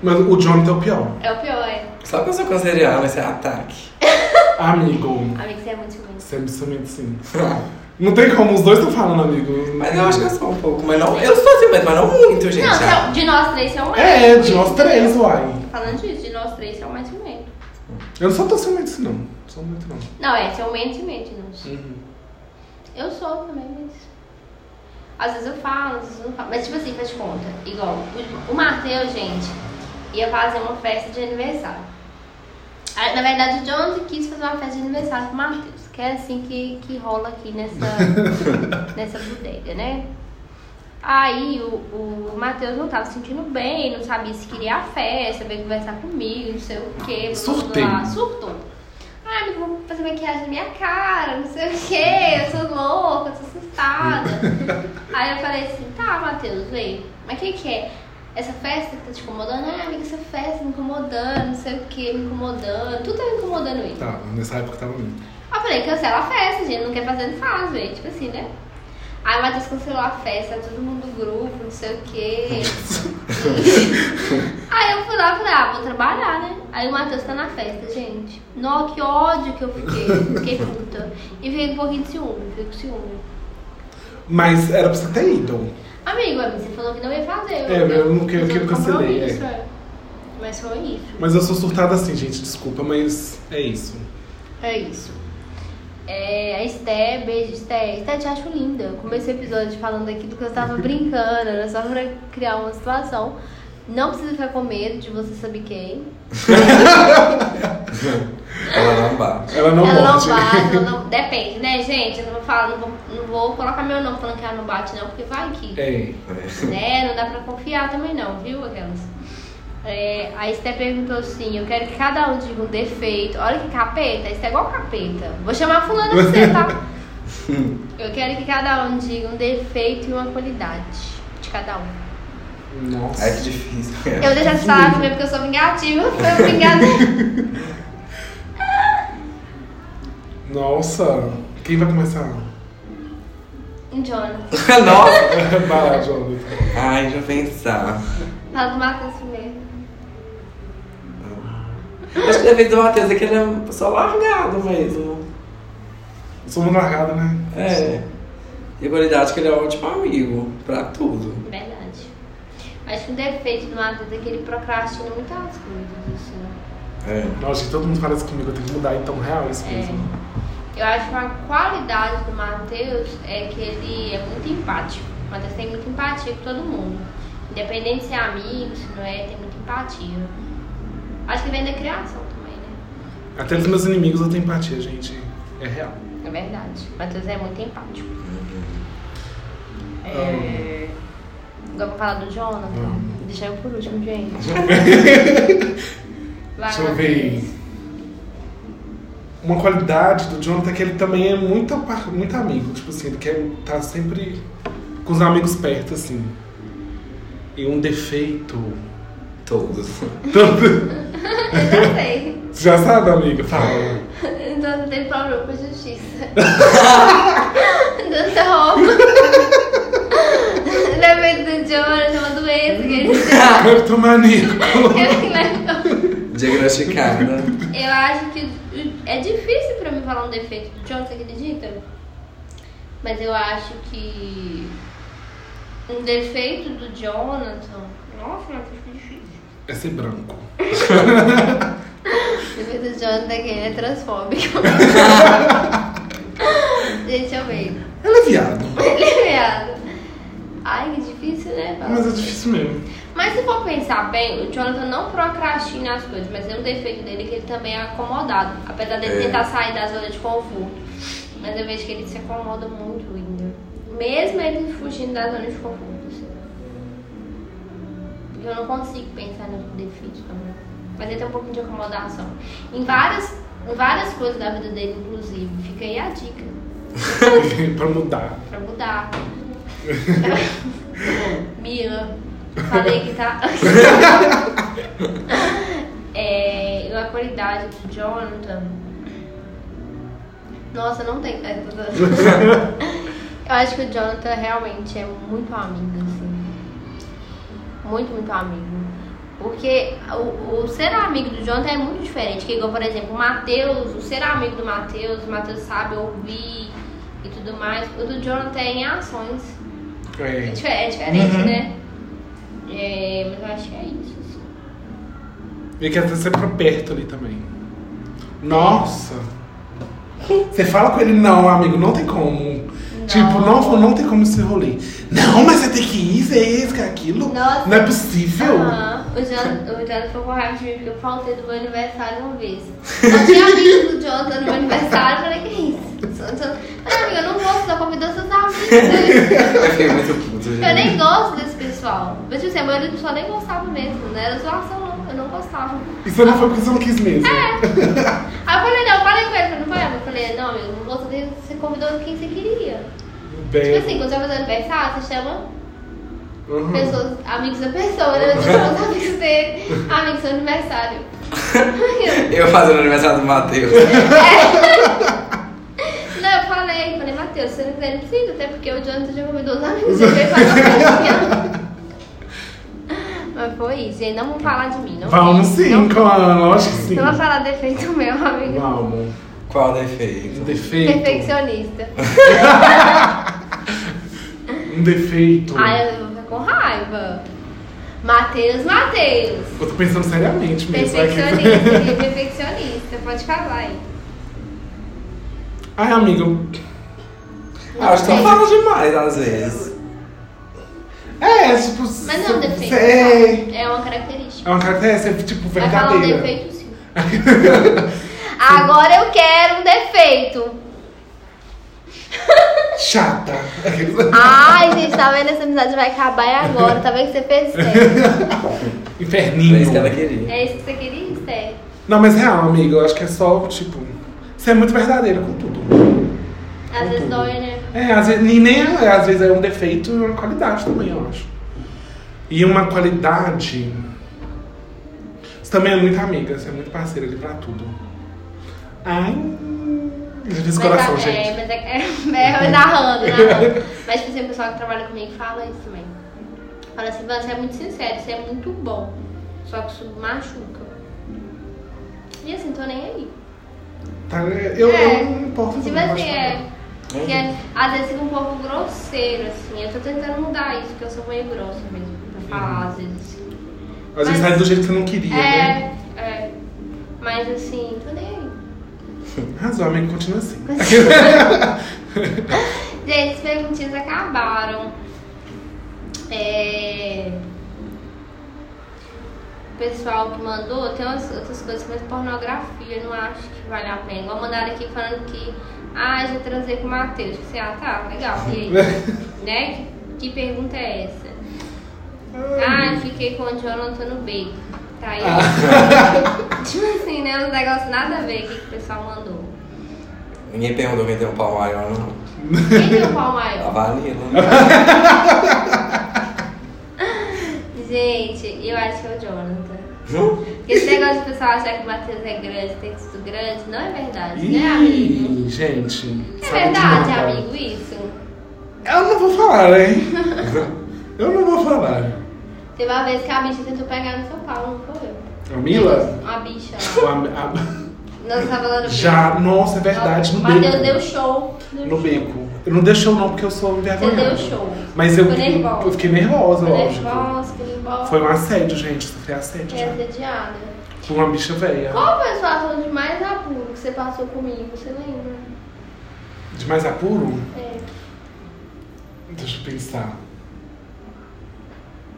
Mas o Jonathan é o pior.
É o pior, é.
Só que eu sou canceriana, esse é ataque. (laughs)
Amigo.
Amigo, você é muito ciumento.
Sempre ciumento, sim. Não tem como, os dois estão falando, amigo.
Mas eu acho que eu sou um pouco, mas não... Eu sou assim, mas não muito, gente.
Não, você é
ah.
o- de nós três, você é o mais.
É, é,
ciumento.
de nós três, uai.
Falando disso, de nós três, você é o mais ciumento.
Eu não sou tão ciumento, assim, não. Sou muito, não.
Não, é ciumento, ciumento, não.
Uhum.
Eu sou também, mas. Às vezes eu falo, às vezes eu não falo. Mas tipo assim, faz de conta. Igual, o, o Matheus, gente, ia fazer uma festa de aniversário. Aí, na verdade, o Jonathan quis fazer uma festa de aniversário com o Matheus, que é assim que, que rola aqui
(laughs)
nessa, nessa bodega, né? Aí o, o Matheus não tava se sentindo bem, não sabia se queria a festa, veio conversar comigo, não sei o quê. blá, blá, blá.
Surtei.
Surtou. Ah, não vou fazer maquiagem na minha cara, não sei o quê, eu sou louca, eu sou assustada. Aí eu falei assim, tá, Matheus, vem, mas o que que é? Essa festa que tá te incomodando? Ah, amiga, essa festa me incomodando, não sei o que, me incomodando, tudo tá me incomodando ele.
Tá, nessa época tava mesmo.
Aí eu falei, cancela a festa, gente. Não quer fazer, não faz, velho. Tipo assim, né? Aí o Matheus cancelou a festa, todo mundo do grupo, não sei o
(laughs)
quê. Aí eu fui lá e falei, ah, vou trabalhar, né? Aí o Matheus tá na festa, gente. Nó, que ódio que eu fiquei. Fiquei puta. E fiquei com um pouquinho de ciúme, fiquei com ciúme.
Mas era pra você ter ido.
Amigo, amigo, você falou que não ia fazer.
É, eu não que-
eu
que eu
não
cancelei,
compromisso, é. Mas foi isso.
Mas eu sou surtada assim, gente, desculpa, mas é isso.
É isso. É, a Esté, beijo, Esté. Esté, te acho linda. Eu Comecei o episódio falando aqui do que eu
(laughs)
tava brincando, era só pra criar uma situação. Não precisa ficar com medo de você saber quem.
Ela não bate.
Ela não
ela
morde.
não bate,
(laughs)
ela não. Depende, né, gente? Eu não vou falar, não vou, não vou colocar meu nome falando que ela não bate, não, porque vai que.
É.
Né? Não dá pra confiar também, não, viu, aquelas? É, a Esté perguntou assim: eu quero que cada um diga um defeito. Olha que capeta, Esté é igual capeta. Vou chamar fulano pra você, tá? Eu quero que cada um diga um defeito e uma qualidade de cada um.
Nossa.
Ai, que difícil.
Eu vou
(laughs)
deixar de falar primeiro porque eu sou vingativa. Eu vingada.
Nossa. Quem vai começar? (laughs)
Jonathan.
Nossa!
vai lá, Jonathan.
Ai, deixa eu pensar.
Fala do assim Matheus primeiro.
Acho que a vez do Matheus é que ele é só largado mesmo.
Sou muito largada, né?
É. E a qualidade que ele é um ótimo amigo. Pra tudo.
Verdade. Acho que o defeito do Matheus é que ele procrastina muitas coisas, assim.
É.
Nossa, gente, todo mundo fala isso comigo, eu tenho que mudar, então real é isso mesmo.
Eu acho que a qualidade do Matheus é que ele é muito empático. O Matheus tem muita empatia com todo mundo. Independente se é amigo, se não é, tem muita empatia. Acho que vem da criação também, né?
Até dos meus inimigos eu tenho empatia, gente. É real.
É verdade. O Matheus é muito empático.
Uhum. Então-
Agora vou falar do Jonathan.
Hum.
Deixa eu por último, gente. Vai,
Deixa eu
Matheus.
ver. Uma qualidade do Jonathan é que ele também é muito, apa- muito tá amigo. Tipo assim, ele quer estar sempre com os amigos perto, assim. E um defeito.
Todos.
Tanto-
Eu já sei.
Você já sabe, amiga? Fala.
Então não tem problema com a justiça. tá Dança roupa. Depende do Jonas, de uma doença que ele tem.
Cleptomaníaco.
Diagnosticada.
Eu acho que o- é difícil pra mim falar um defeito do John, você acredita? Mas eu acho que um defeito do Jonathan. Nossa, mas que difícil.
É ser branco.
O defeito do Jonathan é que ele é transfóbico. Gente, eu meio.
Ela é viado.
Ele é viado. Ai, que difícil, né? Paulo?
Mas é difícil (laughs) mesmo.
Mas se for pensar bem, o Jonathan não procrastina as coisas, mas é um defeito dele que ele também é acomodado. Apesar dele
É.
tentar sair da zona de conforto. Mas eu vejo que ele se acomoda muito ainda. Mesmo ele fugindo da zona de conforto. assim. Eu não consigo pensar no defeito também. Mas ele tem um pouquinho de acomodação. Em várias, em várias coisas da vida dele, inclusive. Fica aí a dica
pra mudar.
pra mudar. Mila, falei que tá. é, eu, a qualidade do Jonathan. Nossa, não tem. é, tô- tô- Eu acho que o Jonathan realmente é muito amigo, assim. Muito, muito amigo. Porque o, o ser amigo do Jonathan é muito diferente. Que igual, por exemplo, o Matheus, o ser amigo do Matheus, o Matheus sabe ouvir e tudo mais. O do Jonathan é em ações. É,
É.
dife- é diferente,
Uhum.
né? É, mas eu acho que é isso. assim.
E que às vezes você é pra perto ali também. Nossa! Você fala com ele, não, amigo, não tem como. Tipo, não, vou- não tem como esse rolê. Não, mas você tem que ir, você é isso, que é aquilo.
Nossa. Ah.
Não é possível.
Aham. O Jonathan, o Jonathan ficou com raiva de mim porque eu faltei do meu aniversário uma vez. Eu tinha amigo do Jonathan no meu aniversário. Eu falei, que isso? Só- só- Mas, amiga, eu não tá gosto, só convidou seus amigos. né?
(laughs) Eu fiquei muito puto. gente.
Eu nem gosto desse pessoal. Mas, tipo assim, a maioria do pessoal nem gostava mesmo. Não era zoação, não. Eu não gostava.
E você não foi porque você não quis mesmo.
É. Aí eu falei, não, falei com ele. Falei, não vai. Eu falei, não, amigo, não gosto dele. Você convidou quem você queria. Tipo
Bem,
assim, quando você vai fazer aniversário, você chama
uhum.
pessoas, amigos da pessoa, né? Mas são os amigos dele, amigos do aniversário.
Eu fazendo aniversário do Matheus.
Não, eu falei, falei, Matheus, você não quiser, não precisa, até porque o Jonathan já convidou os amigos dele pra fazer
(laughs)
Mas foi isso, gente, não vão falar de mim, não.
Vamos sim,
Não, Então, assim,
claro, lógico que sim.
não vão falar defeito meu, amigo.
Vamos.
Qual o defeito?
Um defeito.
Perfeccionista.
Um defeito.
Ai, Ah, eu vou ficar com raiva. Matheus, Matheus.
Eu tô pensando seriamente mesmo. é que-
Perfeccionista, ele é (laughs) perfeccionista, pode falar aí.
Ai, amigo.
Ah, acho que eu falo demais às vezes.
É, tipo.
Mas não é um defeito.
É.
É uma característica.
É uma característica, tipo,
Vai falar um
verdadeira.
defeito sim. Agora eu quero um defeito.
(laughs) Chata.
Ai, gente, tá vendo? Essa amizade vai acabar é agora. Tá vendo que você fez certo.
Era
Inferninho.
isso que ela queria.
É isso que você queria, É. Esther?
Não, mas real, amigo, eu acho que é só, tipo. Você é muito verdadeira com tudo.
Às vezes dói, né?
É, às vezes, nem, nem é, às vezes é um defeito e uma qualidade também, eu acho. E uma qualidade. Você também é muito amiga, você é muito parceira ali pra tudo. Ai. Já fiz coração,
mas, a-
gente.
É, mas é, (laughs) é, é narrando, narrando. Mas, por exemplo, o pessoal que trabalha comigo fala isso também. Fala assim, "Van, você é muito sincero, você é muito bom. Só que isso machuca. E assim, tô nem aí.
Tá, eu,
É.
eu não me importo
Tipo
muito, eu
assim,
acho.
é. Que é, às vezes fica um pouco grosseiro, assim. Eu tô tentando mudar isso, porque eu sou meio grossa mesmo pra
Uhum.
falar, às vezes. assim.
Às vezes
mas-
sai do jeito que você não queria, né?
É, é. Mas assim, tô nem aí.
Razão, amigo, continua assim.
(laughs) Gente, as perguntinhas acabaram. É. O pessoal que mandou, tem umas outras coisas, mas pornografia, eu não acho que vale a pena. Igual mandaram aqui falando que, ah, já transei com o Matheus. Você, ah, tá, legal, e aí? né? Que pergunta é essa? Ah, fiquei com o Jonathan no bacon. Tá aí. (laughs) tipo assim, né? Uns negócios nada a ver aqui que o pessoal mandou.
Ninguém perguntou quem tem um pau maior, não. né?
Quem deu o pau
(laughs) A
maior?
Vanilla.
é negócio de pessoal achar que o Matheus é grande, tem tudo grande, não é verdade, né, amigo?
Ih, gente.
É
sabe de
verdade,
nada.
amigo, isso?
Eu não vou falar, hein? (laughs) eu não vou falar.
Teve uma vez que a bicha tentou pegar no seu pau, não foi eu?
A Mila?
Uma bicha
O
lá.
am- a-
Nós tava falando
Já, nossa, é verdade, no
Matheus
beco.
deu show. deu
No
show.
beco. Eu não deixei o não porque eu sou
Você
envergonhado.
deu show.
Mas eu,
Ficou nervosa.
eu fiquei nervosa,
Ficou
lógico.
nervosa, ficou nervosa.
Foi um assédio, gente. Sofri assédio
É
já.
assediada.
Por uma bicha velha.
Qual foi a situação de mais apuro que você passou comigo? Você lembra?
De mais apuro?
É.
Deixa eu pensar.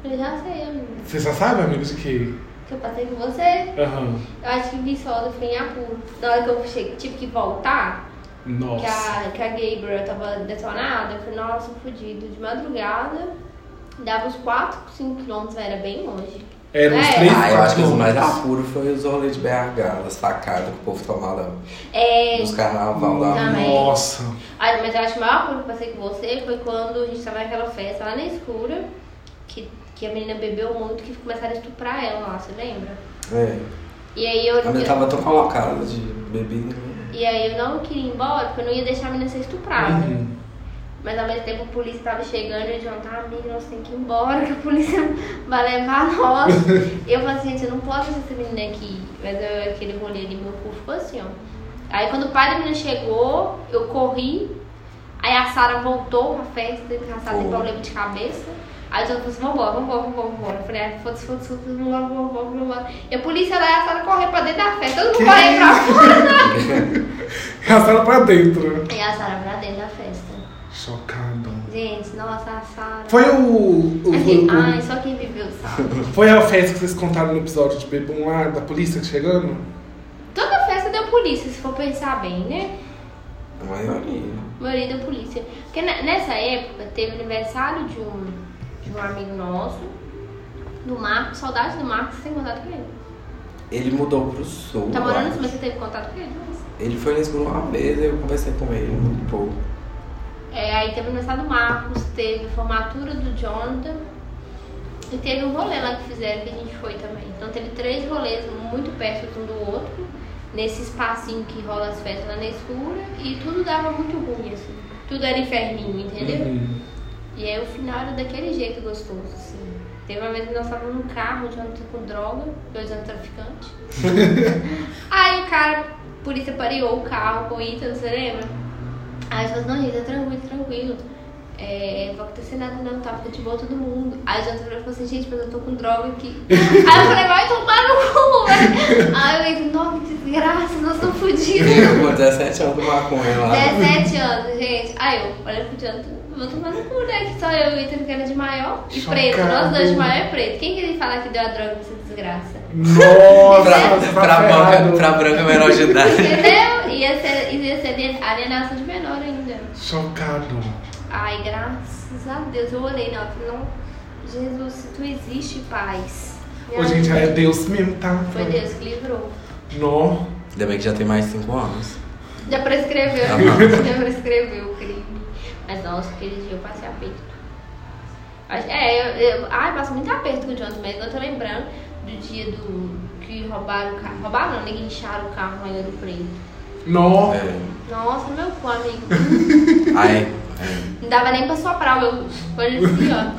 Eu já sei, amigo.
Você já sabe, amigos, de que.
Que eu passei com você.
Aham.
Eu acho que vi só foi em apuro. Na hora que eu cheguei, tive que voltar. que
Nossa.
a, que a Gabriel tava detonada, eu falei, nossa, fudido, de madrugada, dava uns 4, 5 quilômetros, era bem longe.
Era uns
É.
três
Ah,
Ah, eu acho que os
quilômetros.
mais apuro foi os rolês de BH, as facadas que o povo tomava
É,
nos carnaval lá.
Também.
Nossa.
aí, mas eu acho que o maior apuro que eu passei com você foi quando a gente tava naquela festa lá na escura, que, que a menina bebeu muito, que começaram a estuprar ela lá, você lembra?
É.
E aí eu,
A minha tava tão colocada de bebida. né?
e aí eu não queria ir embora, porque eu não ia deixar a menina ser estuprada.
Uhum.
Mas ao mesmo tempo a polícia tava chegando e eu adiantava, amiga, nós temos que ir embora, (laughs) que a polícia vai levar nós. eu falei assim, gente, eu não posso deixar essa menina aqui. Mas eu, aquele rolê ali, meu cu ficou assim, ó. Aí quando o pai da menina chegou, eu corri. Aí a Sara voltou pra festa, que a Sara tem
Foi.
problema de cabeça. Aí eu falei assim, vambora, vambora, vambora, vambora. Eu falei, ah, foda-se, foda-se, foda-se, vambora, vambora, vambora. E a polícia lá e a Sara correu pra dentro da festa, todo mundo correu pra fora.
Caçaram pra dentro. né?
(laughs) e a Sara pra dentro da festa.
Chocado.
Gente, nossa, a Sara...
Foi o. o-
Aqui, Assim,
o-
ai, só quem viveu
(laughs)
sabe.
Foi a festa que vocês contaram no episódio de Bebum lá, da polícia chegando?
Toda festa deu polícia, se for pensar bem, né?
A maioria.
A maioria deu polícia. Porque ne- nessa época teve aniversário de um, de um amigo nosso, do Marcos, saudade do Marcos, você tem contato com ele.
Ele mudou pro sul.
Tá
eu
morando
acho.
assim, mas você teve contato com ele? Nossa.
Ele foi na escola uma vez, eu conversei com ele um pouco.
É, aí teve aniversário do Marcos, teve formatura do Jonathan. E teve um rolê lá que fizeram que a gente foi também. Então teve três rolês muito perto um do outro, nesse espacinho que rola as festas lá na escura, e tudo dava muito ruim, assim. Tudo era inferninho, entendeu?
Uhum.
E aí o final era daquele jeito gostoso, assim. Teve uma vez que nós estávamos num carro, o Jonathan com droga, dois anos traficante. aí o cara, a polícia pareou o carro com o Ethan, você lembra? Aí eu falei, não, gente, tá tranquilo, tranquilo. É, não vai acontecer nada não, tá? Porque de boa todo mundo. Aí o Jonathan virou e falou assim, gente, mas eu tô com droga aqui. aí eu falei, vai tomar no cu, velho. Aí eu falei, não, que desgraça, nós estamos fodidos.
Com 17 anos do maconha lá.
17 anos, gente. Aí eu olha pro Jonathan, vou tomar no cu, né? Que só eu e o Ethan que era de maior e
Chocado.
preto. Nós dois de maior e preto. Quem queria falar que deu a droga nessa desgraça?
Nossa,
Pra,
tá
pra, branca,
ferrado.
pra branca é menor de idade.
Entendeu? Ia ser, ia ser alien- alienação de menor ainda.
Chocado.
Ai, graças a Deus, eu olhei na hora. falei, Não, Jesus, se tu existe, paz.
Ô, gente, é Deus mesmo, tá?
Foi Deus que livrou.
Nó.
Ainda bem que já tem mais 5 anos.
Já prescreveu,
Tá bom.
(laughs) já prescreveu o crime. Mas nossa, aquele dia eu passei aperto. Acho- É, eu, eu, ai, passo muito aperto com o Jonathan, mas eu tô lembrando do dia do que roubaram o carro. Roubaram não, né? Que incharam o carro na Ilha do Preto.
Nó.
É.
Nossa, meu cu, amigo.
Aí,
Não dava nem pra soprar o meu cu. Foi assim, ó.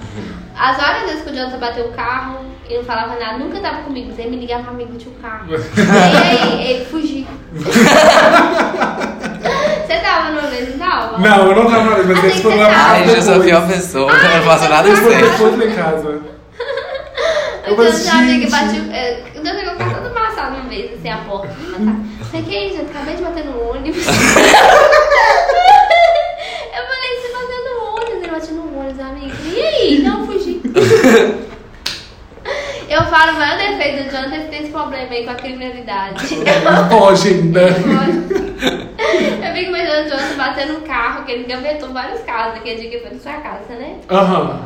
As várias vezes que o Jonathan bateu o carro, ele não falava nada, nunca tava comigo. Mas ele me ligava, amigo, tinha o carro. e aí, ele fugiu. Você tava numa vez, não tava?
Não, eu não tava na vez, mas
Achei
eles
que
foram
você
lá
tava.
pra
aí já
depois.
sou pior pessoa, eu não faço
Ah,
nada
Eles
com
foram
você.
depois lá em casa.
Eu
Eu
já vi Então, que
gente.
bati. é, Eu já vi o cara todo amassado uma vez, assim, a porta. Falei, que isso? Eu acabei de bater no ônibus. (laughs) eu falei, você bateu no ônibus? Ele bateu no ônibus, amigo. E aí? Não, fugi. eu falo, o maior defeito do Jonathan é que tem esse problema aí com a criminalidade.
Foge ainda.
Eu fico imaginando o Jonathan batendo um carro, que ele gavetou vários carros naquele dia que foi na sua casa, né?
Aham.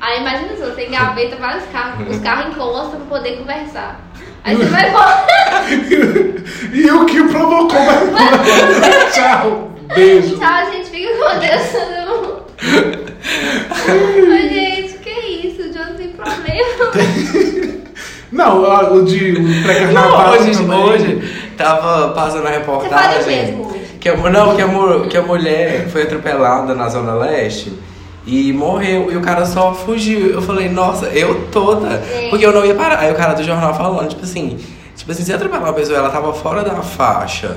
Aí imagina se você engaveta vários carros,
Uhum.
os carros encostam pra poder conversar. Aí você vai (laughs) embora.
E o que provocou
(laughs)
mas- Tchau. Beijo.
Tchau, gente, fica com Deus. (laughs) tá bom? Mas, gente, que isso? O John tem problema.
Não, a- o de o pré-carnaval
hoje,
também.
hoje tava passando a reportagem.
Você faz o mesmo hoje?
Que a, mu- não, que a, mu- que a mulher foi atropelada na Zona Leste e morreu. E o cara só fugiu. Eu falei, nossa, eu toda.
Gente.
Porque eu não ia parar. Aí o cara do jornal falando, tipo assim, tipo assim, se atropelar uma pessoa, ela tava fora da faixa.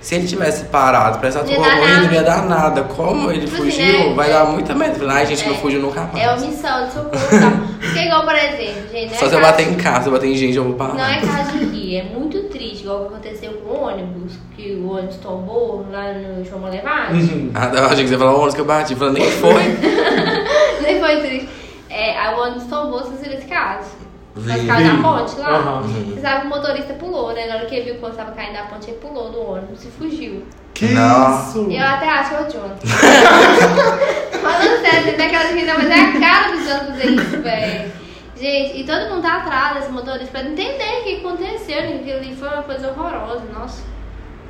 Se ele tivesse parado pra essa
Não ia
turma
dar
morrer, não
nada.
ia dar nada. Como ele
Tipo assim,
fugiu,
né?
vai dar muita medo. Eu falei, Ai, gente, não
É.
fugiu nunca mais.
É omissão de socorro e tal. Porque igual, por exemplo, gente, não é
Só se
caso-
eu bater em casa, se eu bater em gente, eu vou parar.
Não é caso de rir, é muito triste, igual aconteceu com o ônibus, que o ônibus tombou lá no João Malevade.
Uhum.
(laughs) Ah, eu achei que você ia falar o ônibus que eu bati. Eu falei, nem foi.
(laughs) Nem Né, foi triste. É, aí o ônibus tombou, vocês viram esse caso? Mas
Vi.
caiu da ponte lá.
Aham.
Vocês sabem que o motorista pulou, né? Na hora que ele viu que o ônibus tava caindo da ponte, ele pulou do ônibus e fugiu.
Que
Não.
isso?
Eu até acho que é o Jonathan. Falando sério, tem aquela que mas é a cara do Jonathan fazer isso, velho. Gente, e todo mundo tá atrás desse motorista pra entender o que aconteceu, né? Que ali foi uma coisa horrorosa, nossa.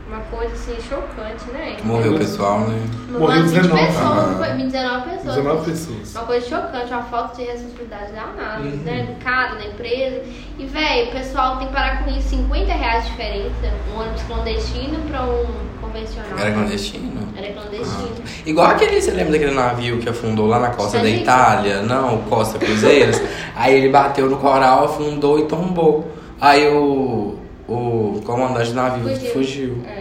Uma coisa assim, chocante, né?
Morreu o pessoal, né?
Morreu 19.
pessoas,
Ah.
foi 19 pessoas.
19 pessoas.
Uma coisa chocante, uma falta de responsabilidade danada, né? Do cara, da empresa. E, velho, o pessoal tem que parar com isso. 50 reais de diferença, um ônibus clandestino pra um convencional.
Era clandestino.
Era clandestino.
Igual aquele, você lembra daquele navio que afundou lá na costa da
Titanic?
Itália? Não,
(laughs)
Costa Cruzeiros. Aí ele bateu no coral, afundou e tombou. Aí o, o comandante do navio fugiu.
É.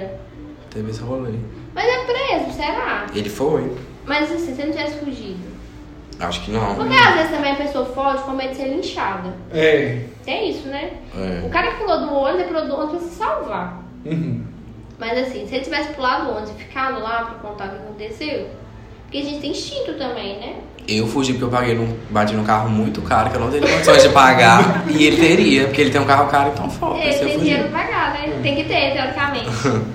Teve esse rolê.
Mas é preso, será?
Ele foi?
Mas assim, se ele não tivesse fugido.
Acho que não.
Porque às vezes também a pessoa foge com medo de ser linchada.
É.
Tem isso, né?
É.
O cara que pulou do ônibus, ele pulou do ônibus pra se salvar.
Uhum.
Mas assim, se ele tivesse pulado do ônibus e ficado lá pra contar o que aconteceu. Porque a gente tem instinto também, né?
Eu fugi porque eu paguei num, bati num carro muito caro que eu não teria condições
(laughs)
de pagar. e ele teria, porque ele tem um carro caro, então
É,
foda-se, eu
tem dinheiro
fugi.
pra pagar, né? Tem que ter, teoricamente.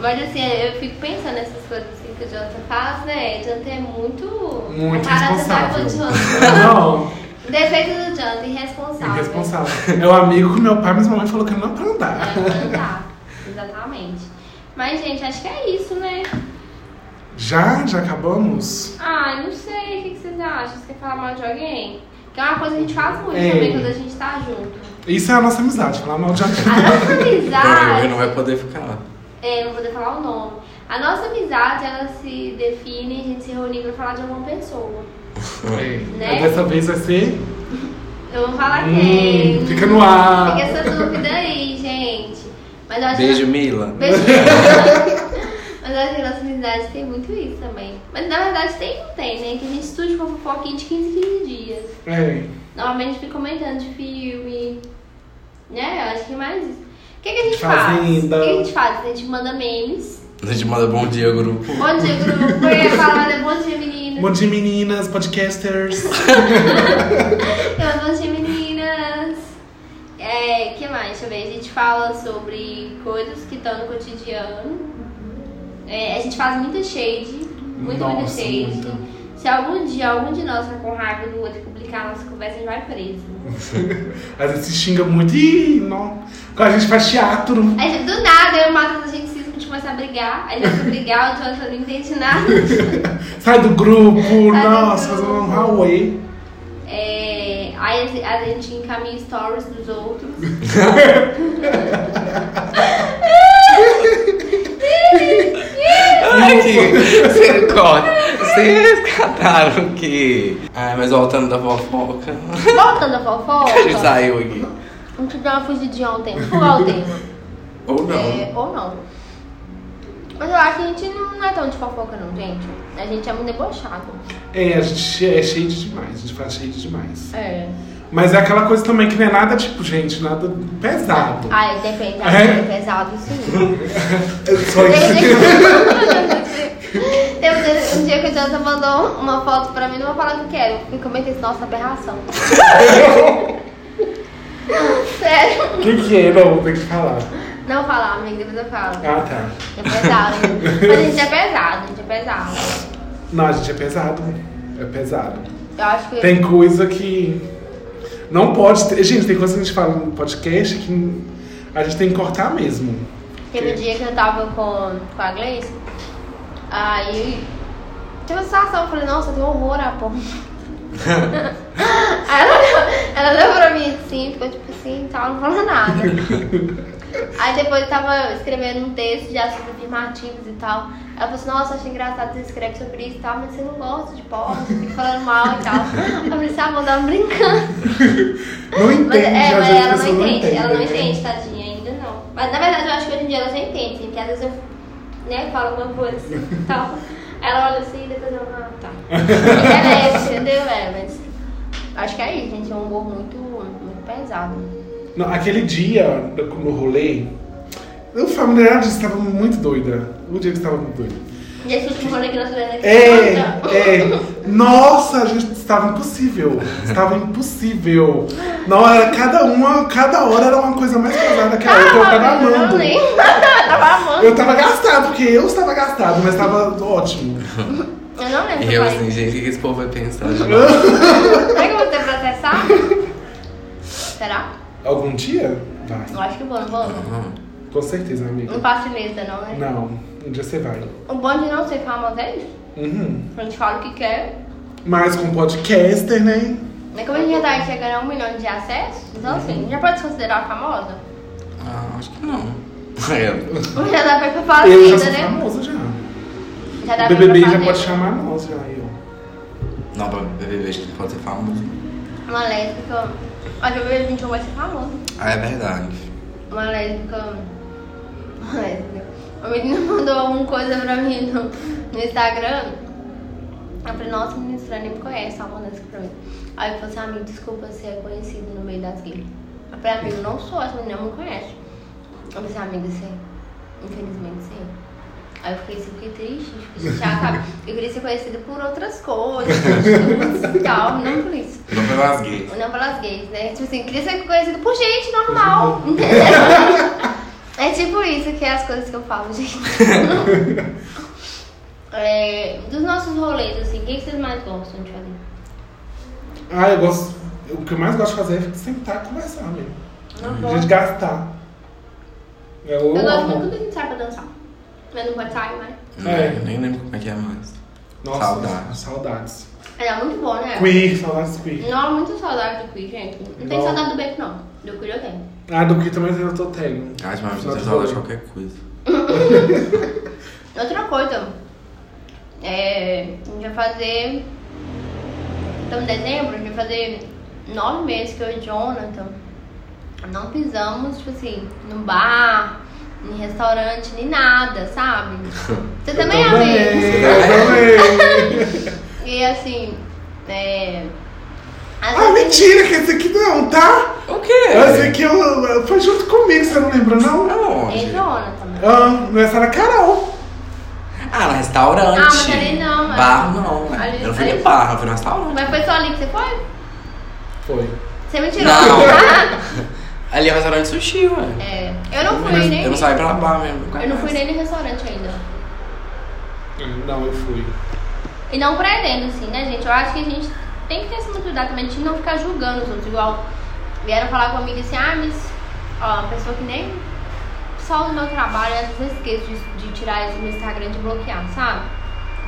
Mas assim, eu fico pensando nessas coisas assim que o Jonathan faz, né? O Jonathan é muito.
Muito
a parada tá com o
responsável. (laughs)
Jonathan.
Não,
Defeito do Jonathan, irresponsável.
irresponsável. É o amigo que meu pai e minha mãe falou que não é pra andar.
É, cantar. Exatamente. Mas, gente, acho que é isso, né?
Já? Já acabamos?
Ai, Ah, não sei. O que que vocês acham? Vocês querem falar mal de alguém? Que é uma coisa que a gente faz muito
É.
também quando a gente tá junto.
Isso é a nossa amizade, falar mal de alguém.
A nossa
Então
amizade.
ele não vai poder ficar.
É, não vou poder falar o nome. A nossa amizade, ela se define, a gente se reunir pra falar de alguma pessoa.
É.
Né?
Mas Dessa vez vai ser.
Eu vou falar
Hum,
quem.
fica no ar.
Fica essa dúvida aí, gente. Mas eu acho que
Beijo, Mila.
Beijo. (laughs) Mas eu acho que a nossa amizade tem muito isso também. Mas na verdade tem não tem, né? Que a gente estude com fofoquinha de 15 em 15 dias.
É.
Normalmente fica comentando de filme. Né? Eu acho que é mais isso. O que, que a gente
Fazenda.
faz? O que a gente faz? A gente manda memes.
A gente manda bom dia, grupo.
Bom dia, grupo. Eu ia falar, né? Bom dia, meninas.
Bom dia, um meninas, podcasters.
Eu, bom dia, Então, meninas. É, que mais? Deixa eu ver. A gente fala sobre coisas que estão no cotidiano. É, a gente faz muita shade. Muito, muita
Nossa,
shade.
muita.
Se algum dia algum de nós ficar com raiva do outro e publicar a nossa conversa, a gente vai preso.
Às vezes se xinga muito. Ih, não. Quando a gente faz teatro.
A gente- do nada, eu e o Matheus, a gente cisma, a gente começa a brigar. Aí a gente brigar, o Jonathan não entende nada.
Sai do grupo,
Sai do
nossa,
grupo.
faz um Huawei.
É, aí a a gente encaminha stories dos outros.
Ai, que- Você corta. Vocês cataram que. Ai, mas voltando da fofoca.
Voltando a
A gente
fofoca,
saiu aqui.
a gente deu uma fugidinha ontem. Qual o tema?
Ou não.
É, ou não. Mas eu acho que a gente não não é tão de fofoca, não, gente. A gente é muito debochado.
É, a gente é shade demais, a gente faz shade demais.
É.
Mas é aquela coisa também que não é nada tipo, gente, nada pesado.
Ah, é, depende.
É?
É, é pesado, sim.
É só isso.
Tem um dia- um dia que (laughs) o Jonathan mandou uma foto pra mim, não vou falar o que quero. Eu comentei isso, nossa, aberração. Sério?
O que, que é? Não, tem que falar.
Não vou falar, amiga, depois eu falo.
Ah, tá.
É pesado. Mas a gente é pesado, a gente é pesado.
Não, a gente é pesado. É pesado.
Eu acho que.
Tem coisa que não pode ter. Gente, tem coisa que a gente fala no podcast que a gente tem que cortar mesmo.
Teve um dia que eu tava com, com a Gleice, aí teve uma situação, eu falei, nossa, tem horror à pomba. aí ela, olhou- ela olhou pra mim assim, ficou tipo assim e tal, ela não falou nada. Aí depois eu tava escrevendo um texto de ações afirmativas e tal. Ela falou assim, nossa, acho engraçado você escreve sobre isso e tal, mas você não gosta de pobre, você fica falando mal e tal. Eu falei assim, ah, vou dar um brincando.
Não entende,
Mas, é,
às
mas
vezes a
ela não
pessoa
entende, ela não
né?
entende, tadinha, ainda não. Mas na verdade eu acho que hoje em dia ela já entende, assim, que às vezes eu né, falo alguma coisa assim
(laughs)
e tal. Ela olha assim e depois eu, ah, tá. ela é, entendeu? É, mas acho que é isso, gente, é um humor muito, muito pesado.
Não, aquele dia no rolê, eu familiar estava muito doida. O dia que estava muito doida.
E esse último rolê que nós tivemos aqui,
É,
nossa,
é. Nossa, a gente estava impossível. Estava impossível. Não, era cada uma, cada hora era uma coisa mais pesada que a outra. Eu tava
Ah, eu não
amando.
lembro. (laughs) tava amando.
Eu tava gastado, porque eu estava gastado, mas estava ótimo.
Eu não lembro.
E eu
se eu
assim,
falei.
gente, o que que esse povo vai pensar? de mim?
Será que eu vou ter processado? Será?
Algum dia? Vai.
Eu acho que vou, não vou. não.
Com certeza, amiga.
Não passo ilesa, não, né?
Não, um dia você vai.
O bom de não ser famoso é isso.
Uhum.
A gente fala o que quer.
Mas com podcaster, né?
Mas como a gente já tá chegando a um milhão de acessos,
Uhum.
então assim, já pode se considerar famosa? (laughs)
Ah, acho que não. (laughs) É,
Já dá pra ir pra fazenda,
Eu já sou
né?
famosa já.
Já dá pra ir pra
O BBB já
fazenda.
pode chamar nós já, eu.
não, pra BBB a gente pode ser famoso.
Uma lésbica. Mas o BBB 21 vai ser famoso.
Ah, é verdade.
Uma lésbica. Uma lésbica. A menina mandou alguma coisa pra mim no, no Instagram. Eu falei, nossa, menina estranha nem me conhece, ela mandou isso pra mim. Aí eu falei assim, amigo, desculpa você é conhecido no meio das gays. Eu falei, amigo, não sou, essa menina não me conhece. Eu falei assim, amiga, você, infelizmente você. Aí eu fiquei assim, fiquei triste, fiquei chateada. sabe? Eu queria ser conhecida por outras coisas, por estudos e tal, não por isso.
Não pelas gays.
Não pelas gays, né? Tipo assim, queria ser conhecido por gente normal. entendeu? (laughs) é tipo isso que é as coisas que eu falo,
(laughs)
gente. É, dos nossos rolês, assim, o que que vocês mais gostam de fazer?
Ah, eu gosto. O que eu mais gosto de fazer é sentar e conversar mesmo. A gente gastar. Eu,
Eu gosto
amo.
muito quando a gente sai pra dançar. Mas não pode sair, né? mas.
É.
Eu nem lembro como é que é mais.
Nossa,
Saudades.
saudades.
Era muito bom, né?
Queer, saudades queer.
Não, muito saudade do Queen, gente. Não tem
Não.
saudade do Beck, não. Do Queen eu tenho.
Ah, do que também eu tô tendo. é?
Ah, de uma vez
Saudades
eu falo de
do-
qualquer coisa.
Outra coisa, é, a gente vai fazer. Então, em dezembro, a gente vai fazer nove meses que eu e Jonathan não pisamos, tipo assim, num bar, em restaurante, nem nada, sabe?
(laughs)
Você também,
eu
amei.
(laughs)
também.
E assim, é. às
ah,
vezes-
mentira, que esse aqui não, tá?
O quê?
Esse aqui eu- eu- foi junto comigo, você não lembra, não?
É
Aonde?
Jonathan. né?
Ah, não essa era a Carol.
Ah, no restaurante.
Ah, mas ali não, é.
Bar não, né?
Ali-
eu não fui
ali-
nem barra, fui no restaurante.
Mas foi só ali que você foi?
Foi.
Você me tirou.
Não. Ali é restaurante sushi, ué.
É, eu não fui
Mas
nem.
Eu não saí pra bar mesmo.
eu não fui nem no restaurante ainda.
Hum, Não, eu fui.
E não pretendo, assim, né, gente? Eu acho que a gente tem que ter essa maturidade também de não ficar julgando os outros. Igual vieram falar comigo assim, ah, mas ó, uma pessoa que nem só no meu trabalho, às vezes eu esqueço de, de tirar isso do meu Instagram e de bloquear, sabe?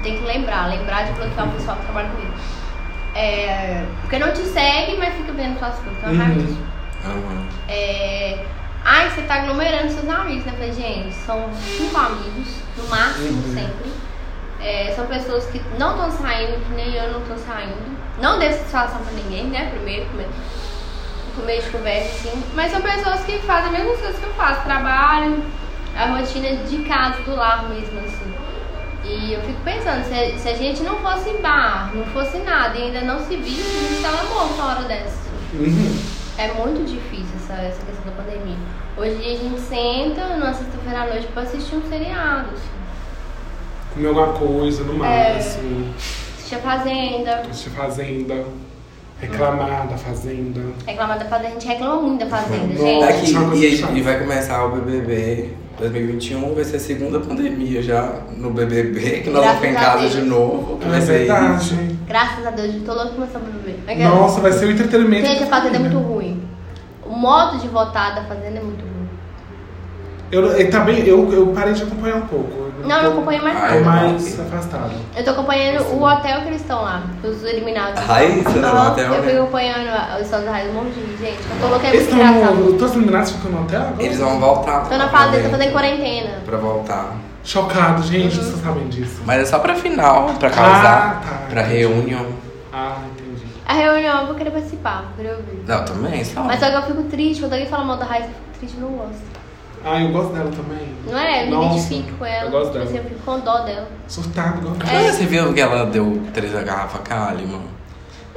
Tem que lembrar, lembrar de bloquear o pessoal que trabalha comigo. É, porque não te segue, mas fica vendo suas coisas. Então,
Uhum.
realmente,
Aham.
é... Ai, você tá aglomerando seus amigos, né? Eu Falei, gente, são cinco amigos, no máximo
Uhum.
sempre. É, são pessoas que não estão saindo, que nem eu não tô saindo. Não dê satisfação pra ninguém, né? Primeiro, primeiro começo de conversa, assim. Mas são pessoas que fazem as mesmas coisas que eu faço, trabalham, a rotina de casa, do lar mesmo, assim. E eu fico pensando, se a, se a gente não fosse bar, não fosse nada, e ainda não se visse, a gente tava morto na hora dessa.
Uhum.
É muito difícil essa, essa questão da pandemia. Hoje em dia a gente senta numa sexta-feira à noite pra assistir um seriado. assim.
Comer alguma coisa no mar,
É.
assim.
Assistir a Fazenda,
Assistir Fazenda. Reclamar da Fazenda.
reclamar da Fazenda. A gente reclama muito da Fazenda,
Nossa.
gente.
Daqui,
Isso é uma coisa chata.
e, e vai começar o BBB 2021, vai ser a segunda pandemia já no BBB, que nós vamos ficar em
Graças a
casa
Deus.
de novo. que vai
é
ser
verdade.
isso.
Graças a Deus, eu tô louca começando a beber. Aquela-
Nossa, assim, vai ser o entretenimento.
é Gente, a
da
Fazenda é
família.
muito ruim. O modo de votar da Fazenda é muito ruim.
Eu, eu também, eu, eu parei de acompanhar um pouco.
Não, eu não acompanho mais
Ai,
Tô
nada.
mais afastado.
Eu tô acompanhando o hotel que eles estão lá, os eliminados.
Ai, você tá no
Nossa,
hotel,
Eu
né?
fico acompanhando a- os Estados Unidos, um monte de gente. Eu coloquei
Eles
É muito
estão
engraçado.
no. Todos eliminados ficam no hotel agora?
Eles vão voltar.
Tô na fase,
também
tô fazendo quarentena.
Pra voltar.
Chocados, gente,
Uhum.
vocês sabem disso.
Mas é só pra final, pra causar,
Ah, tá.
pra reunião.
Ah, entendi.
A reunião eu vou querer participar, vou querer ouvir.
Não, também, só.
Mas só que eu fico triste, quando alguém fala mal da Raíssa, eu fico triste, eu não gosto.
Ah, eu gosto dela também.
Não é? Eu me
Nossa,
identifico com ela. É.
eu gosto dela.
Assim, eu fico com dó dela.
Surtado, igual
Ah, Você viu que ela deu três garrafas Kalimann?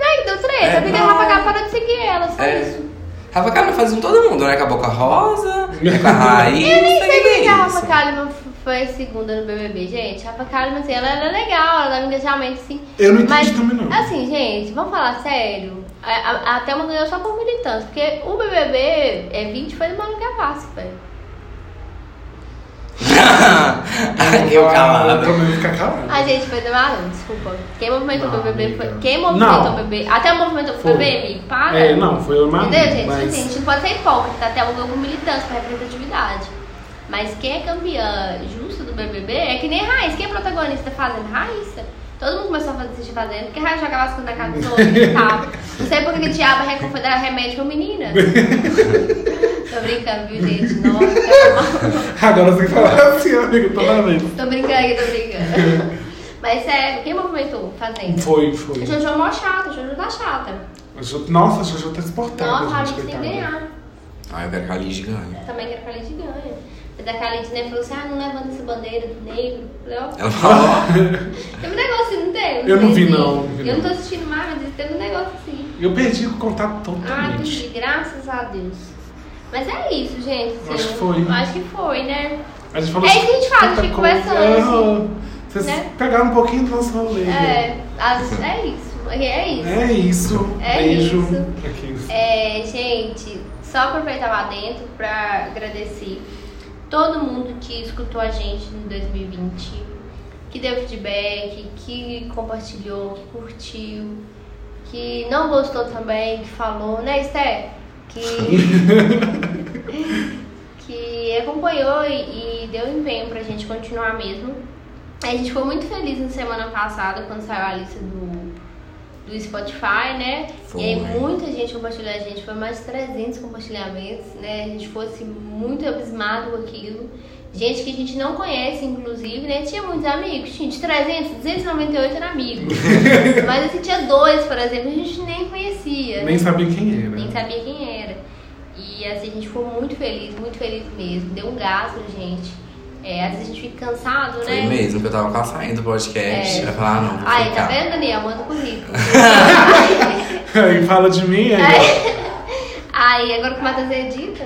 Ai, deu treta.
É,
eu fiquei
não.
Rafa Gá parou de seguir ela, só
É.
isso.
Rafa Kalimann faz um todo mundo, né? Acabou com
(laughs)
a Rosa, com a Raíssa.
Eu nem sei
que
por que
é
a Rafa Kalimann f- foi segunda no BBB, gente. A Rafa Kalimann, assim, ela era legal, ela dava engajamento, assim.
Eu não entendi
Mas,
também, não.
assim, gente, vamos falar sério. A, a, a Thelma ganhou só por militância, porque o BBB é 20 foi do Manu Gavassi, velho.
Eu
Ah,
calado.
Eu também vou ficar calado.
A gente foi do Manu, desculpa. Quem movimentou
Não,
o BBB foi...
Ah, amiga.
Quem movimentou
Não.
o BBB... Até o movimento do
Foi.
BBB, amigo, para.
É, não, foi o Manu,
Entendeu, gente?
mas-
Assim, a gente não pode ser hipócrita, até um o ganhou militância, com representatividade. Mas quem é campeã justa do BBB é que nem Raíssa. Quem é protagonista fazendo Raíssa? Todo mundo começou a fazer assistir fazendo, porque Raíssa jogava as coisas na casa dos outros e
(laughs)
gritava. Não sei por que que diabo Record foi dar remédio pra menina. Tô brincando, viu, gente? Nossa, tá mal.
Agora você tem que falar assim, amigo, toda vez.
Tô brincando aqui, tô
(laughs)
brincando. Mas sério, quem movimentou fazendo?
Foi, foi.
A Jojo é mó chata, a Jojo tá chata.
A Ju- Nossa, a Jojo tá exportada.
Nossa, a Raíssa
gente, né?
tem que
coitada.
ganhar.
Ah, eu quero que a Liz ganhe.
Também quero que a Lady ganhe. Mas a Khalid né, falou assim: ah, não levanta essa bandeira do negro. Eu Falei, ó.
Ela
Né?
falou.
Tem um negócio assim, não tem?
Eu não vi,
Tem,
não,
sim.
não vi,
Eu não
não.
tô assistindo mais, mas tem um negócio assim.
Eu perdi o contato
Ah,
totalmente.
entendi. Graças a Deus. Mas é isso, gente. assim,
Acho que foi.
Acho que foi, né?
a gente falou
É isso que a gente fala, a gente
tanta
fica
coisa.
conversando,
Ah, Vocês
né?
pegaram um pouquinho do nosso rolê.
É, as- é isso. É isso.
É isso.
É
Beijo.
isso.
pra quem-
É, gente, só aproveitar lá dentro pra agradecer todo mundo que escutou a gente em 2020, que deu feedback, que compartilhou, que curtiu, que não gostou também, que falou, né, Esther? Que, que acompanhou e, e deu empenho pra gente continuar mesmo. A gente ficou muito feliz na semana passada quando saiu a lista do, do Spotify, né? E aí
Foi.
muita gente compartilhou a gente, foi mais de 300 compartilhamentos, né? A gente fosse muito abismado com aquilo. Gente que a gente não conhece, inclusive, né? Tinha muitos amigos, tinha de 300, 298 era
(laughs)
amigo. Mas assim, tinha dois, por exemplo, que a gente nem conhecia.
Nem sabia quem era.
Nem
(laughs)
sabia quem era. E assim, a gente ficou muito feliz, muito feliz mesmo. Deu um gás pra gente. É, às vezes a gente fica cansado, né?
Foi mesmo, que eu tava quase saindo do podcast.
É.
Eu falei, ah, não, vou
Aí, tá
ficar. (laughs)
vendo, Daniel? Manda o
(laughs)
currículo.
e fala de mim aí.
Aí, aí, é. agora que o Matheus é
(laughs)
edita.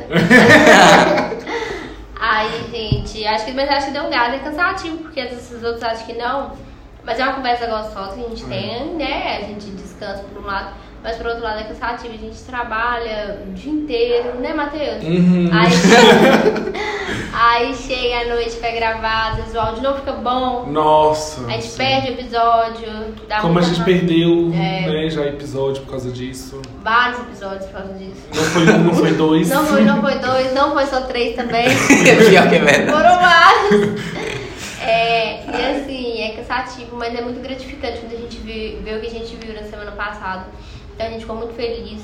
Aí, gente, acho que, mas acho que deu um gás, é cansativo, porque às vezes os outros acham que não. Mas é uma conversa gostosa que a gente tem,
Uhum.
né? A gente descansa por um lado, mas por outro lado é cansativo. A gente trabalha o dia inteiro, né, Matheus?
Uhum.
Aí, (laughs)
(laughs)
chega- aí chega a noite pra gravar, às vezes o áudio não fica bom,
Nossa.
a gente
sim.
perde o episódio, dá
Como a
muita
gente
ra-
perdeu
É.
né, já episódio por causa disso.
vários episódios por causa disso.
Não foi um, não foi dois.
Não foi, não foi dois, não foi só três também.
Pior que é verdade.
Foram vários. É, e assim, é cansativo, mas é muito gratificante quando a gente vê, vê o que a gente viu na semana passada. Então a gente ficou muito feliz.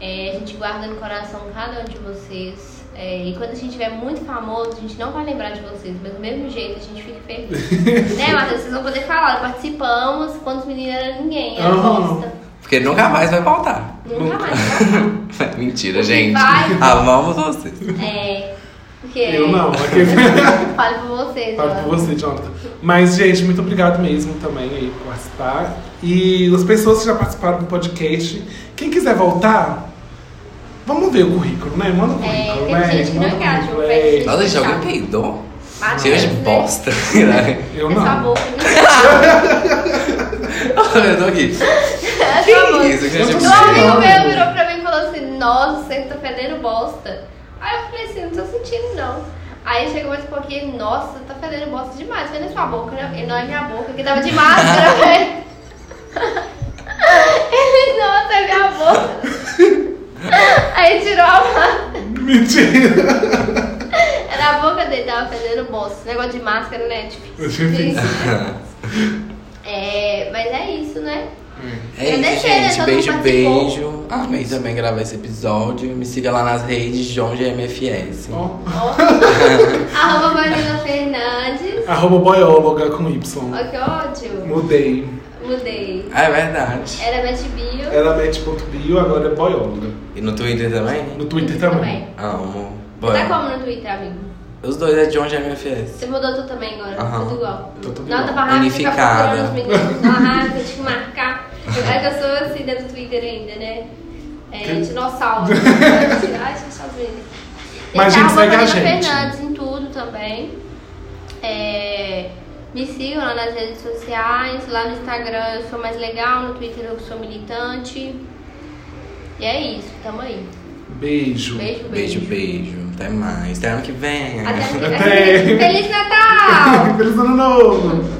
É, a gente guarda no coração cada um de vocês. É, e quando a gente estiver muito famoso, a gente não vai lembrar de vocês, mas do mesmo jeito a gente fica feliz. né, Matheus? Vocês vão poder falar, participamos, quantos meninos era ninguém, era
Aham.
bosta.
Porque nunca mais vai voltar.
Nunca mais.
(laughs) Mentira, gente.
Vai.
Amamos vocês.
É. Porque.
(laughs)
(laughs)
Eu não.
Falo pra vocês,
Falo pra
ó.
você, Jonathan. Mas, gente, muito obrigado mesmo também aí por participar. E as pessoas que já participaram do podcast, quem quiser voltar, vamos ver o currículo, né? Manda o
É,
currículo,
tem
né?
gente que
Manda
não
o
engaja,
currículo,
vai
é.
ser-
Nossa, gente, alguém peidou?
Matheus,
Cheiro é de
né?
bosta. (laughs)
Eu
É sua
não.
boca, né?
eu tô aqui. Que
Acabou.
isso, gente? é
Um amigo meu virou pra mim e falou assim: Nossa, você tá fedendo bosta. Aí eu falei assim: Não tô sentindo, não. Aí chegou mais um pouquinho: Nossa, tá fedendo bosta demais. Foi na sua boca, né? E não é minha boca, que tava de
(laughs)
máscara, (laughs) velho. Ele, nossa, é minha boca.
(laughs)
Aí tirou a máscara.
(laughs) Mentira.
Era a a É boca dele tava fedendo bolsa. Esse negócio de máscara, né? Tipo,
Difícil. (laughs)
é, mas é isso, né?
É
Eu
isso,
deixei, né?
gente.
Todo mundo
Beijo,
participou.
beijo. Amei também gravar esse episódio. Me siga lá nas redes João GMFS.
Ó,
Ó. (laughs) Arroba Marina Fernandes.
Arroba boióloga com Y.
Ó, que ódio.
Mudei.
Mudei.
Ah, é verdade.
Era Matt Bio.
Era match.bio, agora é boióloga.
E no Twitter também?
No Twitter também.
Amo. Bom,
Tá como no Twitter, amigo?
os dois é João GMFS.
Você mudou tu também agora,
Aham.
tudo igual.
Tô tudo
Nota
igual.
pra tá rádio, fica
Unificada.
procurando os meninos na rádio, tinha que marcar. Eu, é que eu sou assim dentro do Twitter ainda, né? É,
Que- (laughs)
dinossauro. Ai, gente, tá sozinha.
Mas,
Tem
gente, segue a
Carla
gente.
tá Fernandes em tudo também. É, me sigam lá nas redes sociais, lá no Instagram eu sou mais legal, no Twitter eu sou militante. E é isso, tamo aí.
Beijo. (laughs)
Beijo, beijo.
Beijo, beijo. Até mais. Até ano que vem.
Até,
Até.
Feliz Natal!
Feliz ano novo.